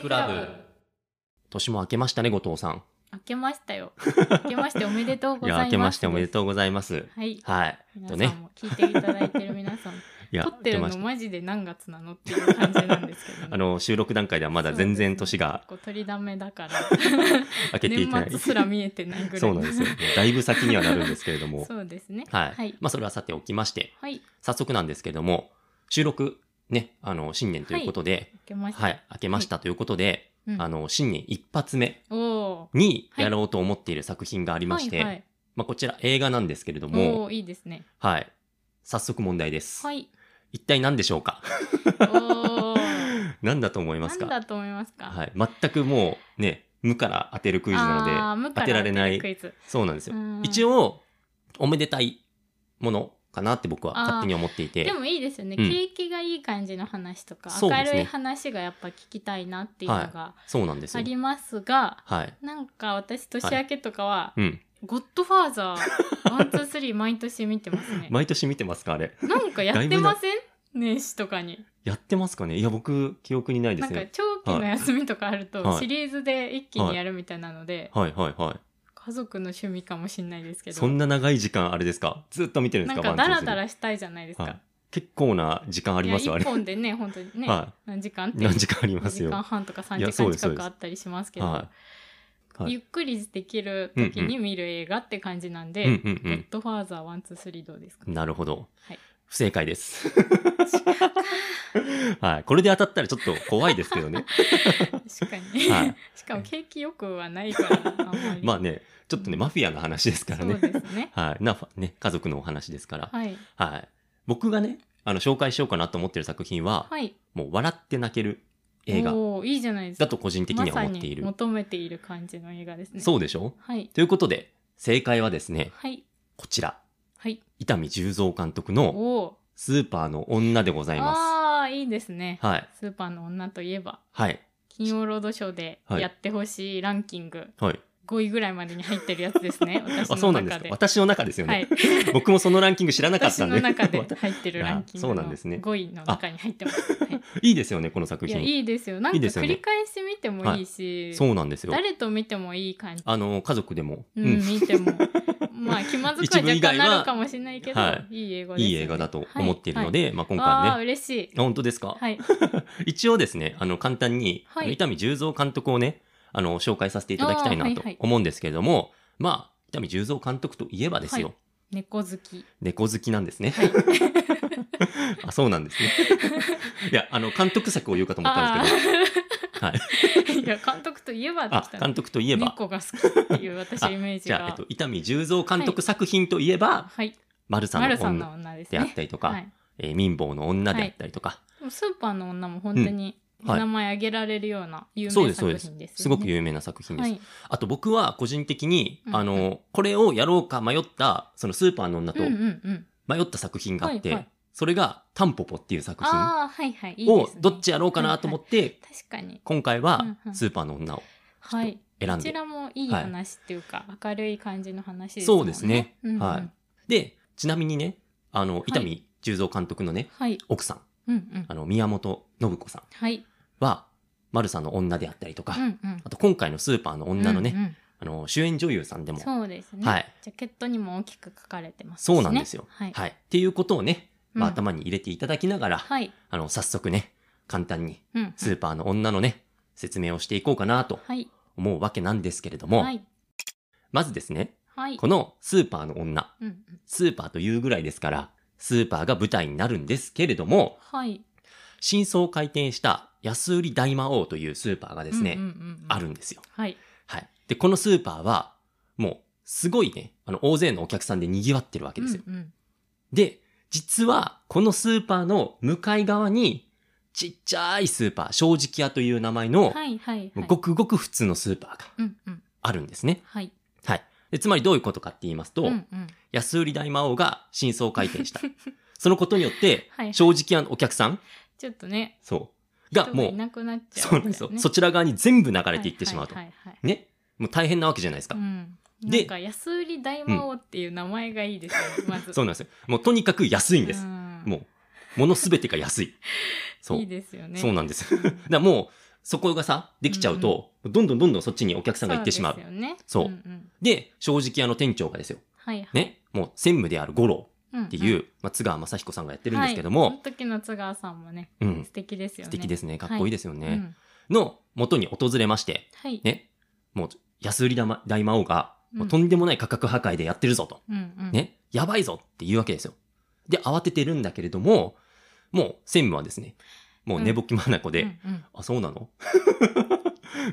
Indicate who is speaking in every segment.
Speaker 1: クラブ。年も明けましたね、後藤さん。
Speaker 2: 明けまし たよ。明けましておめでとうご
Speaker 1: い
Speaker 2: ざいま
Speaker 1: や、
Speaker 2: す。
Speaker 1: 明けましておめでとうございます。
Speaker 2: はい。
Speaker 1: はい。
Speaker 2: 皆
Speaker 1: と
Speaker 2: さん
Speaker 1: ね、
Speaker 2: も聞いていただいてる皆さん、
Speaker 1: いや、
Speaker 2: 撮ってる
Speaker 1: 明
Speaker 2: の
Speaker 1: けまし、
Speaker 2: マジで何月なのっていう感じなんですけど、ね
Speaker 1: あの、収録段階ではまだ全然年が
Speaker 2: こう取りだめだから、
Speaker 1: 明けていて
Speaker 2: 年
Speaker 1: ない
Speaker 2: 末。すら見えてないぐらい。
Speaker 1: そうなんですよ。だいぶ先にはなるんですけれども。
Speaker 2: そうですね。
Speaker 1: はい。
Speaker 2: はい。
Speaker 1: まあ、それはさておきまして、
Speaker 2: はい。
Speaker 1: 早速なんですけれども、収録、ね、あの、新年ということで、
Speaker 2: 明けました。
Speaker 1: はい、明けましたということで、
Speaker 2: うん
Speaker 1: あの、新年一発目
Speaker 2: おおー。
Speaker 1: にやろうと思っている作品がありまして、
Speaker 2: はいはい、
Speaker 1: まあ、こちら映画なんですけれど
Speaker 2: お
Speaker 1: も、
Speaker 2: おーいいですね。
Speaker 1: はい。早速問題です。
Speaker 2: はい。
Speaker 1: 一体何でしょう か
Speaker 2: おお。
Speaker 1: 何だと 思いま
Speaker 2: な
Speaker 1: す
Speaker 2: ん
Speaker 1: か
Speaker 2: だと思いますか。。
Speaker 1: はいい。全くもうね、無から当てるクイズなので、当てられない
Speaker 2: クイズ。
Speaker 1: そうなんですよ。
Speaker 2: うん
Speaker 1: 一応、おめでたいものかなって僕は勝手に思ってい
Speaker 2: で
Speaker 1: て、
Speaker 2: もいいですよね、
Speaker 1: うん
Speaker 2: 景気がいい感じの話とか、
Speaker 1: そうです
Speaker 2: 明
Speaker 1: ね
Speaker 2: るい話がやっぱ聞きたいなっていうのが
Speaker 1: そうなんです
Speaker 2: あ
Speaker 1: よ。
Speaker 2: りますが、
Speaker 1: はい。
Speaker 2: なんか私年明けとかは、
Speaker 1: うん。
Speaker 2: ゴッドファーザーワンツースリー毎年見てますね。
Speaker 1: 毎年見て ますかあれ。
Speaker 2: なんかやってません年始とかに、
Speaker 1: やってますかねいや、僕、記憶にないで
Speaker 2: なん
Speaker 1: す
Speaker 2: か
Speaker 1: ね。
Speaker 2: 長期の休みとかあると、
Speaker 1: はい
Speaker 2: シリーズで一気にやるみたいなので、
Speaker 1: はいはいはい。
Speaker 2: 家族の趣味かもしれないですけど
Speaker 1: そんな長い時間あれですかずっと見てるんで
Speaker 2: な
Speaker 1: す
Speaker 2: ん
Speaker 1: か
Speaker 2: かダラ
Speaker 1: ワ
Speaker 2: ダ
Speaker 1: ン
Speaker 2: ラしたいじゃないです
Speaker 1: ツースリー
Speaker 2: か。
Speaker 1: はい結構な時間ありますよ、あ
Speaker 2: いや
Speaker 1: れ
Speaker 2: 一。本でね本当にね、
Speaker 1: は
Speaker 2: 何時間っ
Speaker 1: い。
Speaker 2: て
Speaker 1: 何時間ありま
Speaker 2: 2
Speaker 1: す
Speaker 2: 時
Speaker 1: よ。
Speaker 2: 間
Speaker 1: は
Speaker 2: 半とか3
Speaker 1: いや
Speaker 2: 時
Speaker 1: そう
Speaker 2: 間
Speaker 1: ですそうで
Speaker 2: 近く
Speaker 1: す
Speaker 2: あったりしますけ
Speaker 1: い。
Speaker 2: ど、
Speaker 1: はい
Speaker 2: ゆっくりできる時に見る映画って感じなんで、
Speaker 1: うんうんう
Speaker 2: ゴッ
Speaker 1: ん。
Speaker 2: ドファーザーワンツースリーどうですか、
Speaker 1: なるほど。
Speaker 2: はい
Speaker 1: 不正解です。はい。これで当たったらちょっと怖いですけどね。
Speaker 2: 確かに、
Speaker 1: はい
Speaker 2: しかも景気よく はないからあんまり
Speaker 1: まあね、ちょっとね、マフィアの話ですから
Speaker 2: そう
Speaker 1: ね。
Speaker 2: ですね
Speaker 1: はい。な、ね、家族のお話ですから。
Speaker 2: はい
Speaker 1: はい。僕がね、あの、紹介しようかなと思ってる作品は、
Speaker 2: はい
Speaker 1: もう、笑って泣ける映画
Speaker 2: おーいいじゃないですか
Speaker 1: だと個人的には思っている。
Speaker 2: まさに求めている感じの映画ですね
Speaker 1: そうでしょ
Speaker 2: はい
Speaker 1: ということで、正解はですね、
Speaker 2: はい
Speaker 1: こちら。
Speaker 2: はい
Speaker 1: 伊丹十三監督
Speaker 2: お
Speaker 1: の
Speaker 2: お
Speaker 1: スーパーの女でござ
Speaker 2: ー
Speaker 1: いま
Speaker 2: あーいいですね
Speaker 1: す。はい。
Speaker 2: スーパーの女といえば
Speaker 1: はい。
Speaker 2: 金曜ロードショーでやってほしいランキング、
Speaker 1: はい。
Speaker 2: 5位ぐらいまでに入ってるやつですね私
Speaker 1: あ、そうな
Speaker 2: の
Speaker 1: んです
Speaker 2: 中
Speaker 1: か
Speaker 2: で。
Speaker 1: 私の中ですよ
Speaker 2: は
Speaker 1: ね。
Speaker 2: い
Speaker 1: 僕もそのランキング知らなかっ
Speaker 2: 私
Speaker 1: たん
Speaker 2: の
Speaker 1: で。
Speaker 2: 中で
Speaker 1: また
Speaker 2: 入ってるランキング
Speaker 1: いやそう
Speaker 2: の
Speaker 1: なんですね
Speaker 2: 5位の中に入ってます。 はい
Speaker 1: いいですよね、この作
Speaker 2: いや
Speaker 1: 品。
Speaker 2: いいですよ。なんか
Speaker 1: いいですよ
Speaker 2: 繰
Speaker 1: ね
Speaker 2: り返し見てもいいし、
Speaker 1: そうなんですよ。
Speaker 2: 誰と見てもいい感じ。
Speaker 1: あの、家族でも、
Speaker 2: う
Speaker 1: うん
Speaker 2: ん、見 ても。まあ気まずく
Speaker 1: 一
Speaker 2: は
Speaker 1: 部以
Speaker 2: 若
Speaker 1: 外
Speaker 2: 干
Speaker 1: は
Speaker 2: なるかもしれないけど、、
Speaker 1: はい
Speaker 2: い映画ですよね
Speaker 1: いい映画だと思っているので、まあ
Speaker 2: はい
Speaker 1: 今
Speaker 2: はい、ああ
Speaker 1: 回
Speaker 2: ー
Speaker 1: ね、
Speaker 2: 嬉しい。
Speaker 1: あ本当ですか、
Speaker 2: はい、
Speaker 1: 一応ですね、あの、簡単に、
Speaker 2: はい
Speaker 1: あの伊丹十三監督をね、あの、紹介させていただきたい
Speaker 2: あー
Speaker 1: な
Speaker 2: はい
Speaker 1: と
Speaker 2: はい
Speaker 1: 思うんですけれども、まあ、伊丹十三監督といえばですよ、
Speaker 2: は猫好き。
Speaker 1: 猫好きなんですね。
Speaker 2: はい
Speaker 1: あ、そうなん ですね。いや、あの、監督作を言うかと思ったんですけど、はい。
Speaker 2: あー いや監督といえばで
Speaker 1: あ
Speaker 2: き、た
Speaker 1: 監
Speaker 2: ね
Speaker 1: 督といえば、
Speaker 2: 猫が好きっていう私
Speaker 1: あ
Speaker 2: イメージ
Speaker 1: じゃあ、え
Speaker 2: が
Speaker 1: っ。と、伊丹十三監督作品といえば、
Speaker 2: はい、
Speaker 1: 丸さん
Speaker 2: マ
Speaker 1: の
Speaker 2: ルさん
Speaker 1: 女
Speaker 2: の女です
Speaker 1: であっ
Speaker 2: ね。
Speaker 1: たりとか、
Speaker 2: はい、
Speaker 1: えー民房の女であったりとか、
Speaker 2: でもスーパーの女も本当に
Speaker 1: うんはい
Speaker 2: 名前挙げられるような有名
Speaker 1: そう
Speaker 2: 作
Speaker 1: で
Speaker 2: 品ですすよ
Speaker 1: そう
Speaker 2: ね、
Speaker 1: ですすごく有名な作品です。
Speaker 2: はい、
Speaker 1: あと僕は個人的に、
Speaker 2: うん
Speaker 1: あの、これをやろうか迷った、そのスーパーの女と
Speaker 2: うんうんうん。
Speaker 1: 迷った作品があって、
Speaker 2: はいはい
Speaker 1: それがタンポポっていう作品
Speaker 2: ああ、はいはい。いいで
Speaker 1: を
Speaker 2: すね
Speaker 1: どっちやろうかなと思って、
Speaker 2: 確かに。
Speaker 1: 今回
Speaker 2: うん
Speaker 1: は
Speaker 2: うん
Speaker 1: スーパーの女を
Speaker 2: はい。
Speaker 1: 選ん
Speaker 2: こち
Speaker 1: で。
Speaker 2: らもいい話っていうか、明るい感じの話です
Speaker 1: そうですね、
Speaker 2: もん
Speaker 1: は。
Speaker 2: うんうん
Speaker 1: い。で、ちなみにね、あの、伊
Speaker 2: は
Speaker 1: 丹十三監督のね、
Speaker 2: はい。
Speaker 1: 奥さん、
Speaker 2: うんうん。
Speaker 1: あの、宮本信子さん
Speaker 2: はい。
Speaker 1: は、丸さんの女であったりとか、
Speaker 2: うんうん。
Speaker 1: あと今回のスーパーの女のね、
Speaker 2: うんうん
Speaker 1: あの、主演女優さんでも、
Speaker 2: そうですね。
Speaker 1: はい。
Speaker 2: ジャケットにも大きく書かれてますしね。
Speaker 1: そうなんですよ。
Speaker 2: はい。
Speaker 1: はい。っていうことをね、まあ、
Speaker 2: うん
Speaker 1: 頭に入れていただきながら、
Speaker 2: はい。
Speaker 1: あの、早速ね、簡単に
Speaker 2: うん。
Speaker 1: スーパーの女のね、説明をしていこうかなと
Speaker 2: はい。
Speaker 1: 思うわけなんですけれども、
Speaker 2: はい。
Speaker 1: まずですね、
Speaker 2: はい。
Speaker 1: このスーパーの女、
Speaker 2: うんうん。
Speaker 1: スーパーというぐらいですから、スーパーが舞台になるんですけれども、
Speaker 2: はい。
Speaker 1: 真相を回転した安売り大魔王というスーパーがですね、
Speaker 2: うんうんうんうん
Speaker 1: あ。るんですよ。
Speaker 2: はい。
Speaker 1: はい。で、このスーパーは、もう、すごいね、あの、大勢のお客さんで賑わってるわけですよ。
Speaker 2: うんうん
Speaker 1: で、実は、このスーパーの向かい側に、ちっちゃいスーパー、正直屋という名前の、
Speaker 2: はいはいはい。
Speaker 1: ごくごく普通のスーパーが
Speaker 2: うんうん。
Speaker 1: あるんですね。
Speaker 2: はい。
Speaker 1: はい。でつまりどういうことかって言いますと、
Speaker 2: うんうん。
Speaker 1: 安売り大魔王が真相回転 した。そのことによって、
Speaker 2: はい
Speaker 1: 正直屋のお客さん、
Speaker 2: ちょっとね、
Speaker 1: そう、が
Speaker 2: 人が
Speaker 1: も、
Speaker 2: いうなくなっちゃ
Speaker 1: そ
Speaker 2: う
Speaker 1: うなん
Speaker 2: だよね
Speaker 1: ですよ。そちら側に全部流れていってしまうと
Speaker 2: は。いはいはい
Speaker 1: ね。もう大変なわけじゃないですか
Speaker 2: はい。うん
Speaker 1: で
Speaker 2: なんか安売り大魔王っていう名前がいいですよね、まず。
Speaker 1: そううなんですよ。もうとにかく安いんです。
Speaker 2: ん
Speaker 1: もう、ものすべてが安い。そう。
Speaker 2: いいですよね。
Speaker 1: そう
Speaker 2: な
Speaker 1: なんです。だからもう、そこがさ、できちゃうと、どんどんどんどんそっちにお客さんが行ってしまう。
Speaker 2: そ
Speaker 1: で
Speaker 2: ですよね。
Speaker 1: そうん
Speaker 2: ん
Speaker 1: 正直屋の店長がですよ。
Speaker 2: はいはい。
Speaker 1: ね。もう専務である五郎
Speaker 2: っ
Speaker 1: っていう、
Speaker 2: うん
Speaker 1: まあ、津川雅彦さんがやって
Speaker 2: うん
Speaker 1: るんですけど
Speaker 2: はい
Speaker 1: も、
Speaker 2: その時の津川さんもね、
Speaker 1: うん。
Speaker 2: 素敵ですよ
Speaker 1: 素
Speaker 2: ね。
Speaker 1: 敵ですすね。かっこいいですよね。
Speaker 2: うん
Speaker 1: の元に訪れまして、
Speaker 2: はい。
Speaker 1: ね。もう安売り大魔大魔王が、
Speaker 2: うん
Speaker 1: もうとんでもない価格破壊でやってるぞと。
Speaker 2: うんうん。
Speaker 1: ね。やばいぞっていうわけですよ。で、慌ててるんだけれども、もう専務はですね、もう寝ぼきまなこで、
Speaker 2: うんうん
Speaker 1: あ、そうなの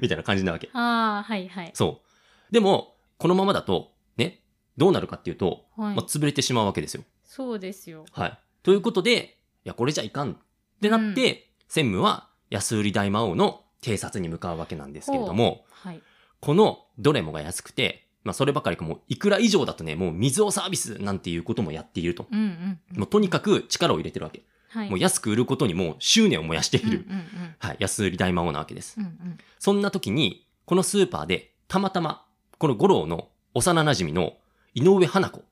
Speaker 1: みたいな感じなわけ。
Speaker 2: ああ、はいはい。
Speaker 1: そう。でも、このままだと、ね、どうなるかっていうと、
Speaker 2: はい
Speaker 1: まあ、潰れてしまうわけですよ。
Speaker 2: そうですよ。
Speaker 1: はい。ということで、いや、これじゃいかんってなって、専務は安売り大魔王の偵察に向かうわけなんですけれども、
Speaker 2: はい。
Speaker 1: このどれもが安くて、まあ、そればかりかもう、いくら以上だとね、もう水をサービスなんていうこともやっていると。
Speaker 2: うんうんうん。
Speaker 1: もうとにかく力を入れてるわけ。
Speaker 2: はい、
Speaker 1: もう安く売ることにもう執念を燃やしている。
Speaker 2: うんうん
Speaker 1: はい。安売り大魔王なわけです。
Speaker 2: うん。うんうん。
Speaker 1: そんな時に、このスーパーで、たまたま、この五郎の幼馴染の井上花子。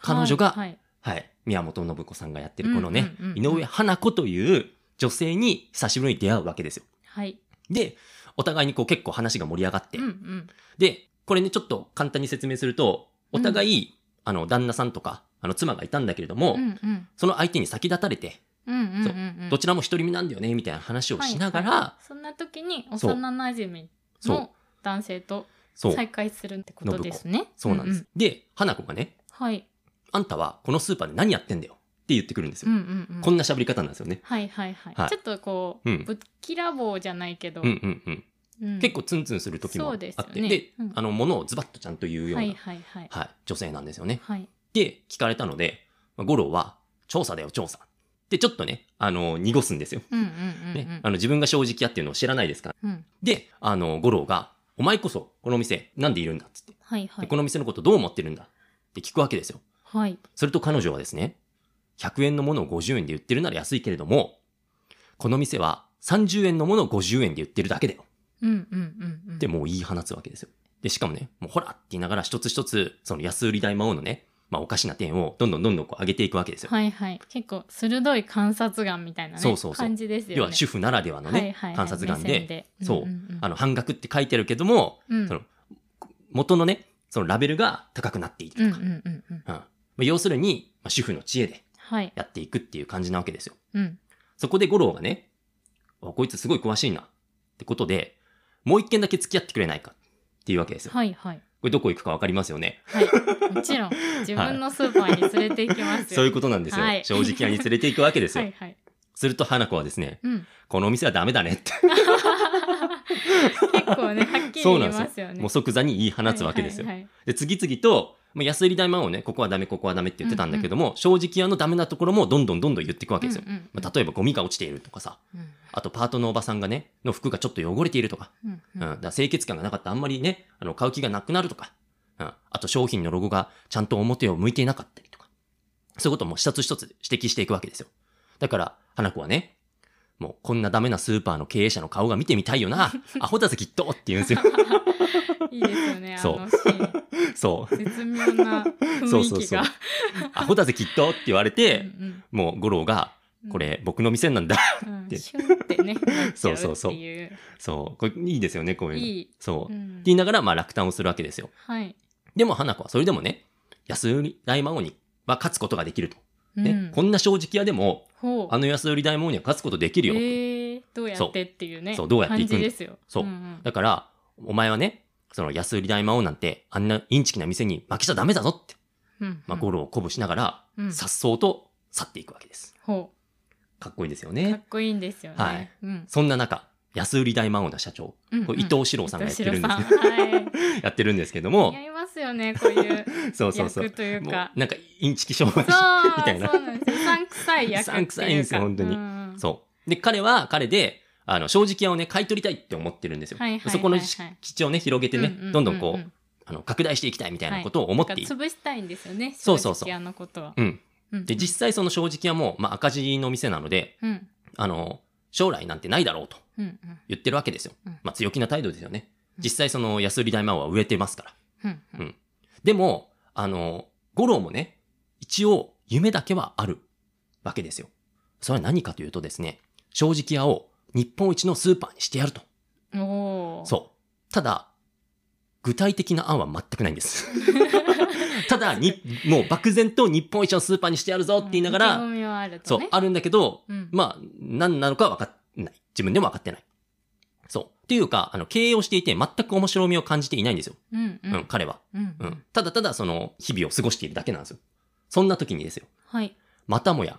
Speaker 1: 彼女が、はい、
Speaker 2: はい
Speaker 1: 宮本信子さんがやってるこのね、
Speaker 2: うんうんうん
Speaker 1: 井上花子という女性に久しぶりに出会うわけですよ。
Speaker 2: はい。
Speaker 1: で、お互いにこう結構話が盛り上がって、
Speaker 2: うんうん。
Speaker 1: で、これね、ちょっと簡単に説明すると、お互い、あの、旦那さんとか、あの、妻がいたんだけれども、
Speaker 2: うんうん。
Speaker 1: その相手に先立たれて、
Speaker 2: うんうん
Speaker 1: そう
Speaker 2: うんうん。
Speaker 1: どちらも独り身なんだよね、みたいな話をしながら、
Speaker 2: はいはいそんな時に
Speaker 1: そう
Speaker 2: 幼馴染み
Speaker 1: そう
Speaker 2: の、男性と
Speaker 1: そう、
Speaker 2: 再会するってことですね。
Speaker 1: そうなんです。
Speaker 2: う
Speaker 1: で、花子がね、
Speaker 2: はい。
Speaker 1: あんたはこのスーパーで何やってんだよって言ってくるんです
Speaker 2: う
Speaker 1: よ。
Speaker 2: んうんうん。
Speaker 1: こんな喋り方なんですよね。
Speaker 2: はいはいはい。
Speaker 1: はい
Speaker 2: ちょっとこう、
Speaker 1: うん
Speaker 2: ぶっきらぼうじゃないけど、
Speaker 1: うんうんうん。
Speaker 2: うん
Speaker 1: 結構ツンツンする時もあ
Speaker 2: そ
Speaker 1: っ
Speaker 2: うで
Speaker 1: て
Speaker 2: すよ、
Speaker 1: で
Speaker 2: ねうん
Speaker 1: あの、物をズバッとちゃんと言うよう
Speaker 2: は
Speaker 1: な、はいい、
Speaker 2: はいはい。
Speaker 1: 女性なんですよね。
Speaker 2: はい。
Speaker 1: で、聞かれたので、まあ五郎は、調査だよ、調査。で、ちょっとね、あの、濁すんですよ。
Speaker 2: うんうんうんう
Speaker 1: ね、
Speaker 2: ん。
Speaker 1: あの、自分が正直やっていうのを知らないですから。
Speaker 2: うん。
Speaker 1: で、あの、五郎が、お前こそ、この店、なんでいるんだっつって、
Speaker 2: はいは
Speaker 1: で
Speaker 2: い
Speaker 1: こ。の店のことどう思ってるんだって聞くわけですよ。
Speaker 2: はい。
Speaker 1: すると彼女はですね、100円のものを50円で売ってるなら安いけれども、この店は30円のものを50円で売ってるだけだよ。
Speaker 2: うんうんうんうん。
Speaker 1: で、もう言い放つわけですよ。で、しかもね、もうほらって言いながら一つ一つ、その安売り大魔王のね、まあおかしな点をどんどんどんどんこう上げていくわけですよ。
Speaker 2: はいはい。結構鋭い観察眼みたいなね。
Speaker 1: そうそうそう
Speaker 2: 感じですよね。
Speaker 1: 要は主婦ならではのね、
Speaker 2: はいはいはい
Speaker 1: 観察眼
Speaker 2: 目線
Speaker 1: で、そう
Speaker 2: うんうんうん
Speaker 1: あの半額って書いてあるけども、
Speaker 2: うん
Speaker 1: その元のね、そのラベルが高くなっているとか。
Speaker 2: うんうんうんうん。
Speaker 1: うんまあ要するに、まあ、主婦の知恵で
Speaker 2: はい。
Speaker 1: やっていくっていう感じなわけですよ。
Speaker 2: うん。
Speaker 1: そこで五郎がね、あこいつすごい詳しいな。ってことで、もう一件だけ付き合ってくれないかっていうわけですよ。
Speaker 2: はいはい。
Speaker 1: これどこ行くかわかりますよ ね。
Speaker 2: はい。もちろん、自分のスーパーに連れて行きますよ。
Speaker 1: そういうことなんですよ。
Speaker 2: はい
Speaker 1: 正直屋に連れて行くわけですよ。
Speaker 2: はいはい。
Speaker 1: すると花子はですね、
Speaker 2: うん。
Speaker 1: このお店はダメだねって、
Speaker 2: 結構ね、はっきり
Speaker 1: そう
Speaker 2: 言
Speaker 1: ないんですよ
Speaker 2: ますよね。
Speaker 1: もう即座に言い放つわけですよ。
Speaker 2: はいはいはい
Speaker 1: で、次々と、まあ、安売り大魔王ね、ここはダメ、ここはダメって言ってたんだけども、正直屋のダメなところもどんどんどんどん言っていくわけですよ。
Speaker 2: うんうんうん
Speaker 1: まあ、例えばゴミが落ちているとかさ、
Speaker 2: うん
Speaker 1: あとパートのおばさんがね、の服がちょっと汚れているとか、
Speaker 2: うん
Speaker 1: う、
Speaker 2: うんん
Speaker 1: だから清潔感がなかった、あんまりね、あの、買う気がなくなるとか、うん、あと商品のロゴがちゃんと表を向いていなかったりとか、そういうことも一つ一つ指摘していくわけですよ。だから、花子はね、もうこんなダメなスーパーの経営者の顔が見てみたいよな、アホだぜきっとって言うんですよ。
Speaker 2: いいですよね、あ
Speaker 1: そう
Speaker 2: のシーン。
Speaker 1: そう。
Speaker 2: 絶妙な
Speaker 1: そ
Speaker 2: 雰
Speaker 1: う
Speaker 2: 囲
Speaker 1: そう
Speaker 2: 気
Speaker 1: そう
Speaker 2: が。。
Speaker 1: アホだぜきっとって言われ
Speaker 2: う
Speaker 1: て、
Speaker 2: ん
Speaker 1: もう五郎が、
Speaker 2: うん
Speaker 1: こ、れ僕の店なんだ。
Speaker 2: うん
Speaker 1: て
Speaker 2: シュンってね、
Speaker 1: そうそうそう
Speaker 2: なっちゃうっていう
Speaker 1: そう。これいいですよね、こういうの。
Speaker 2: いい。
Speaker 1: そう。
Speaker 2: う
Speaker 1: って
Speaker 2: ん
Speaker 1: 言いながら、まあ落胆をするわけですよ。
Speaker 2: はい。
Speaker 1: でも花子はそれでもね、安売り大魔王には勝つことができると。ね、
Speaker 2: うん
Speaker 1: こんな正直屋でも、
Speaker 2: ほう。
Speaker 1: あの安売り大魔王には勝つことできるよ。
Speaker 2: えー、どうやってっていう
Speaker 1: そ
Speaker 2: ね
Speaker 1: うそうどうやっていくん
Speaker 2: 感
Speaker 1: だ
Speaker 2: じですよ
Speaker 1: そうん
Speaker 2: ん
Speaker 1: だから、お前はね、その安売り大魔王なんて、あんなインチキな店に負けちゃダメだぞって、
Speaker 2: うんうん
Speaker 1: まあ、ゴロを鼓舞しながら、
Speaker 2: うん
Speaker 1: 颯爽と去っていくわけです。
Speaker 2: ほ
Speaker 1: かっこいいですよ
Speaker 2: うかっ
Speaker 1: ね。
Speaker 2: こいいんですよね、
Speaker 1: はい
Speaker 2: うん
Speaker 1: そんな中、安売り大魔王の社長、
Speaker 2: うん
Speaker 1: これ伊藤四郎さんがやってるんです
Speaker 2: 伊藤四郎さ んはい
Speaker 1: けどやってるんですけども
Speaker 2: 似合、いますよねこういう
Speaker 1: そうそうそう
Speaker 2: 役。という
Speaker 1: もう
Speaker 2: か
Speaker 1: なんかインチキ商売
Speaker 2: そう
Speaker 1: みたいな
Speaker 2: そうなんですようさんくさい役っていうか
Speaker 1: うさんくさいんですよ本当に
Speaker 2: うんうん
Speaker 1: そう。で、彼は彼で、あの、正直屋をね、買い取りたいって思ってるんですよ。
Speaker 2: はいはいはいはい
Speaker 1: そこの基地をね、広げてね、
Speaker 2: ううう
Speaker 1: どんどんこう、
Speaker 2: う
Speaker 1: あの、拡大していきたいみたいなことを思
Speaker 2: な
Speaker 1: っ
Speaker 2: んか
Speaker 1: ている。
Speaker 2: 潰したいんですよね
Speaker 1: そうそうそう
Speaker 2: 正直あのことは
Speaker 1: うん。
Speaker 2: うん
Speaker 1: で、実際その正直屋も、まあ、赤字の店なので、
Speaker 2: うん
Speaker 1: あの、将来なんてないだろうと
Speaker 2: うんうん
Speaker 1: 言ってるわけですよ
Speaker 2: うん。
Speaker 1: まあ、強気な態度ですよね。
Speaker 2: うん
Speaker 1: 実際その安売り大魔王は売れてますから。
Speaker 2: うんうん
Speaker 1: でも、あの、五郎もね、一応夢だけはあるわけですよ。それは何かというとですね、正直屋を日本一のスーパーにしてやると。
Speaker 2: おお。
Speaker 1: そう。ただ、具体的な案は全くないんです。 ただ、に、もう漠然と日本一のスーパーにしてやるぞって言いなが
Speaker 2: うん
Speaker 1: ら、
Speaker 2: 意気込みはある
Speaker 1: そ
Speaker 2: と
Speaker 1: う
Speaker 2: ね、。
Speaker 1: あるんだけど、
Speaker 2: うん。
Speaker 1: まあ、何なのか分かんない。自分でも分かってない。そう。というか、あの、経営をしていて全く面白みを感じていないんですよ。
Speaker 2: うんう
Speaker 1: うん、
Speaker 2: ん
Speaker 1: 彼は。
Speaker 2: うん
Speaker 1: う。ん。ただただ、その、日々を過ごしているだけなんですよ。そんな時にですよ。
Speaker 2: はい。
Speaker 1: またもや、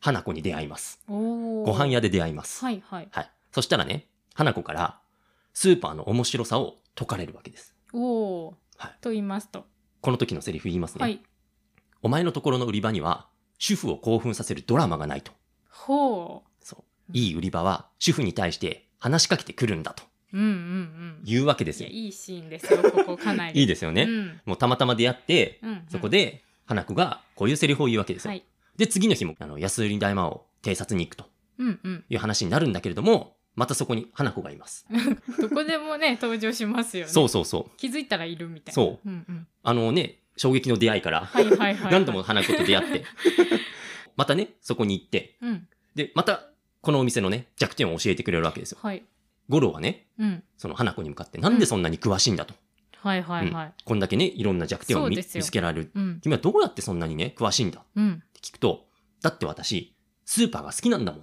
Speaker 1: 花子に出会います。
Speaker 2: おお。
Speaker 1: ご飯屋で出会います。
Speaker 2: はいはい。
Speaker 1: はい。そしたらね、花子から、スーパーの面白さを解かれるわけです。
Speaker 2: おお。
Speaker 1: はい
Speaker 2: と言いますと。
Speaker 1: この時のセリフ言いますね。
Speaker 2: はい。
Speaker 1: お前のところの売り場には、主婦を興奮させるドラマがないと。
Speaker 2: ほ
Speaker 1: そう。いい売り場は、主婦に対して話しかけてくるんだと
Speaker 2: う。うんうんうん。
Speaker 1: いうわけです
Speaker 2: いや
Speaker 1: よ。
Speaker 2: いいシーンですよ、ここかな り。
Speaker 1: いいですよね。
Speaker 2: うん
Speaker 1: もうたまたま出会って、
Speaker 2: うんうん
Speaker 1: そこで、花子がこういうセリフを言うわけですよ。
Speaker 2: はい。
Speaker 1: で、次の日も、あの、安売り大魔王、偵察に行くと
Speaker 2: うんうん。
Speaker 1: いう話になるんだけれども、またそこに花子がいます。
Speaker 2: どこでもね、登場しますよね。
Speaker 1: そうそうそう。
Speaker 2: 気づいたらいるみたいな。。
Speaker 1: そう
Speaker 2: うんうん。
Speaker 1: あのね、衝撃の出会いから、
Speaker 2: はいはいはい、はい。
Speaker 1: 何度も。花子と出会っ て、またね、そこに行って、
Speaker 2: うん。
Speaker 1: で、また、このお店のね、弱点を教えてくれるわけですよ。
Speaker 2: はい。
Speaker 1: ゴロはね、
Speaker 2: うん。
Speaker 1: その花子に向かって、なんでそんなに詳しいんだと。
Speaker 2: はいはいはい。
Speaker 1: こんだけね、いろんな弱点を
Speaker 2: そう
Speaker 1: 見見
Speaker 2: ですよ
Speaker 1: つけられる。
Speaker 2: うん。
Speaker 1: 君はどうやってそんなにね、詳しいんだっ
Speaker 2: うん。
Speaker 1: て聞くと、だって私、スーパーが好きなんだもん。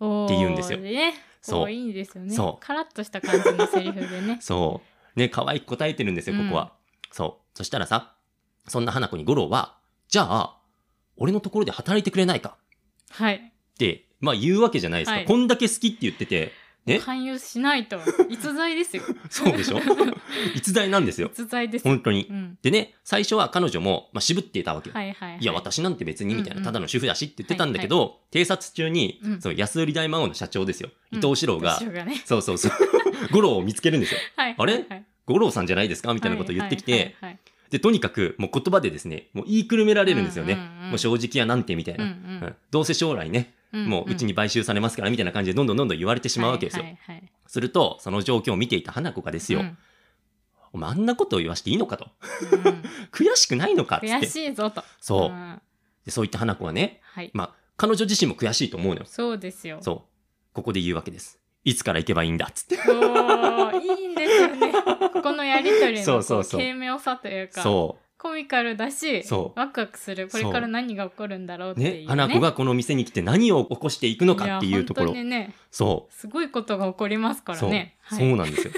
Speaker 2: おー
Speaker 1: って言うんですよ
Speaker 2: ね。
Speaker 1: そう
Speaker 2: こういいんですよね。
Speaker 1: そう。
Speaker 2: カラッとした感じのセリフでね
Speaker 1: そう。ね、可愛く答えてるんですよ、ここは。そう。そしたらさ、そんな花子にゴロは、じゃあ、俺のところで働いてくれないか
Speaker 2: はい。
Speaker 1: って、まあ言うわけじゃないですか。
Speaker 2: はい
Speaker 1: こんだけ好きって言ってて、ね
Speaker 2: 勧誘しないと。逸材ですよ。
Speaker 1: そうで しょ逸材なんですよ。
Speaker 2: 逸材です。
Speaker 1: 本当に
Speaker 2: う。ん。
Speaker 1: でね、最初は彼女も、まあ、渋っていたわけよ。
Speaker 2: はいはい、はい。
Speaker 1: いや、私なんて別にみたい
Speaker 2: うん
Speaker 1: な、
Speaker 2: うん
Speaker 1: ただの主婦だしって言ってたんだけど、偵察中に、
Speaker 2: うん
Speaker 1: そう、安売り大魔王の社長ですよ。
Speaker 2: うん
Speaker 1: 伊藤四郎が、
Speaker 2: 私がね。
Speaker 1: そうそう そう、五郎を見つけるんですよ。
Speaker 2: はい
Speaker 1: あれ
Speaker 2: はいはい
Speaker 1: 五郎さんじゃないですかみたいなことを言ってきて、
Speaker 2: はいはいはいはい
Speaker 1: で、とにかく、もう言葉でですね、もう言いくるめられるんですよね。
Speaker 2: うんうんうん
Speaker 1: もう正直やなんてみたいな、
Speaker 2: うんうん
Speaker 1: うんどうせ将来ね、
Speaker 2: うんうん
Speaker 1: もううちに買収されますからみたいな感じでどんどんどんどん言われてしまうわけですよ。
Speaker 2: はいはいはい
Speaker 1: すると、その状況を見ていた花子がですよ、
Speaker 2: うん
Speaker 1: お前あんなことを言わしていいのかと。
Speaker 2: うん
Speaker 1: 悔しくないのかっつっ
Speaker 2: 悔
Speaker 1: て。
Speaker 2: しいぞと。
Speaker 1: そう
Speaker 2: う。ん
Speaker 1: でそういった花子はね、
Speaker 2: はい。
Speaker 1: まあ、彼女自身も悔しいと思うのよ。
Speaker 2: そうですよ。
Speaker 1: そう。ここで言うわけです。いつから行けばいいんだっつって。
Speaker 2: おーいいんですよね。 ここのやりとり
Speaker 1: そ
Speaker 2: の
Speaker 1: うそう
Speaker 2: こ
Speaker 1: そう
Speaker 2: う軽妙さというか、
Speaker 1: そ
Speaker 2: コミカルだし
Speaker 1: そ、う
Speaker 2: ワクワクする。これから何が起こるんだろうっ
Speaker 1: う。
Speaker 2: ていう
Speaker 1: ね
Speaker 2: ね。。
Speaker 1: 花子がこの店に来て何を起こしていくのかっていうとこ
Speaker 2: や
Speaker 1: ろ。
Speaker 2: 本当にね、
Speaker 1: そ
Speaker 2: すごいことが起こりますか
Speaker 1: う。
Speaker 2: ら
Speaker 1: そう。
Speaker 2: ね。はい
Speaker 1: そうなんですよ。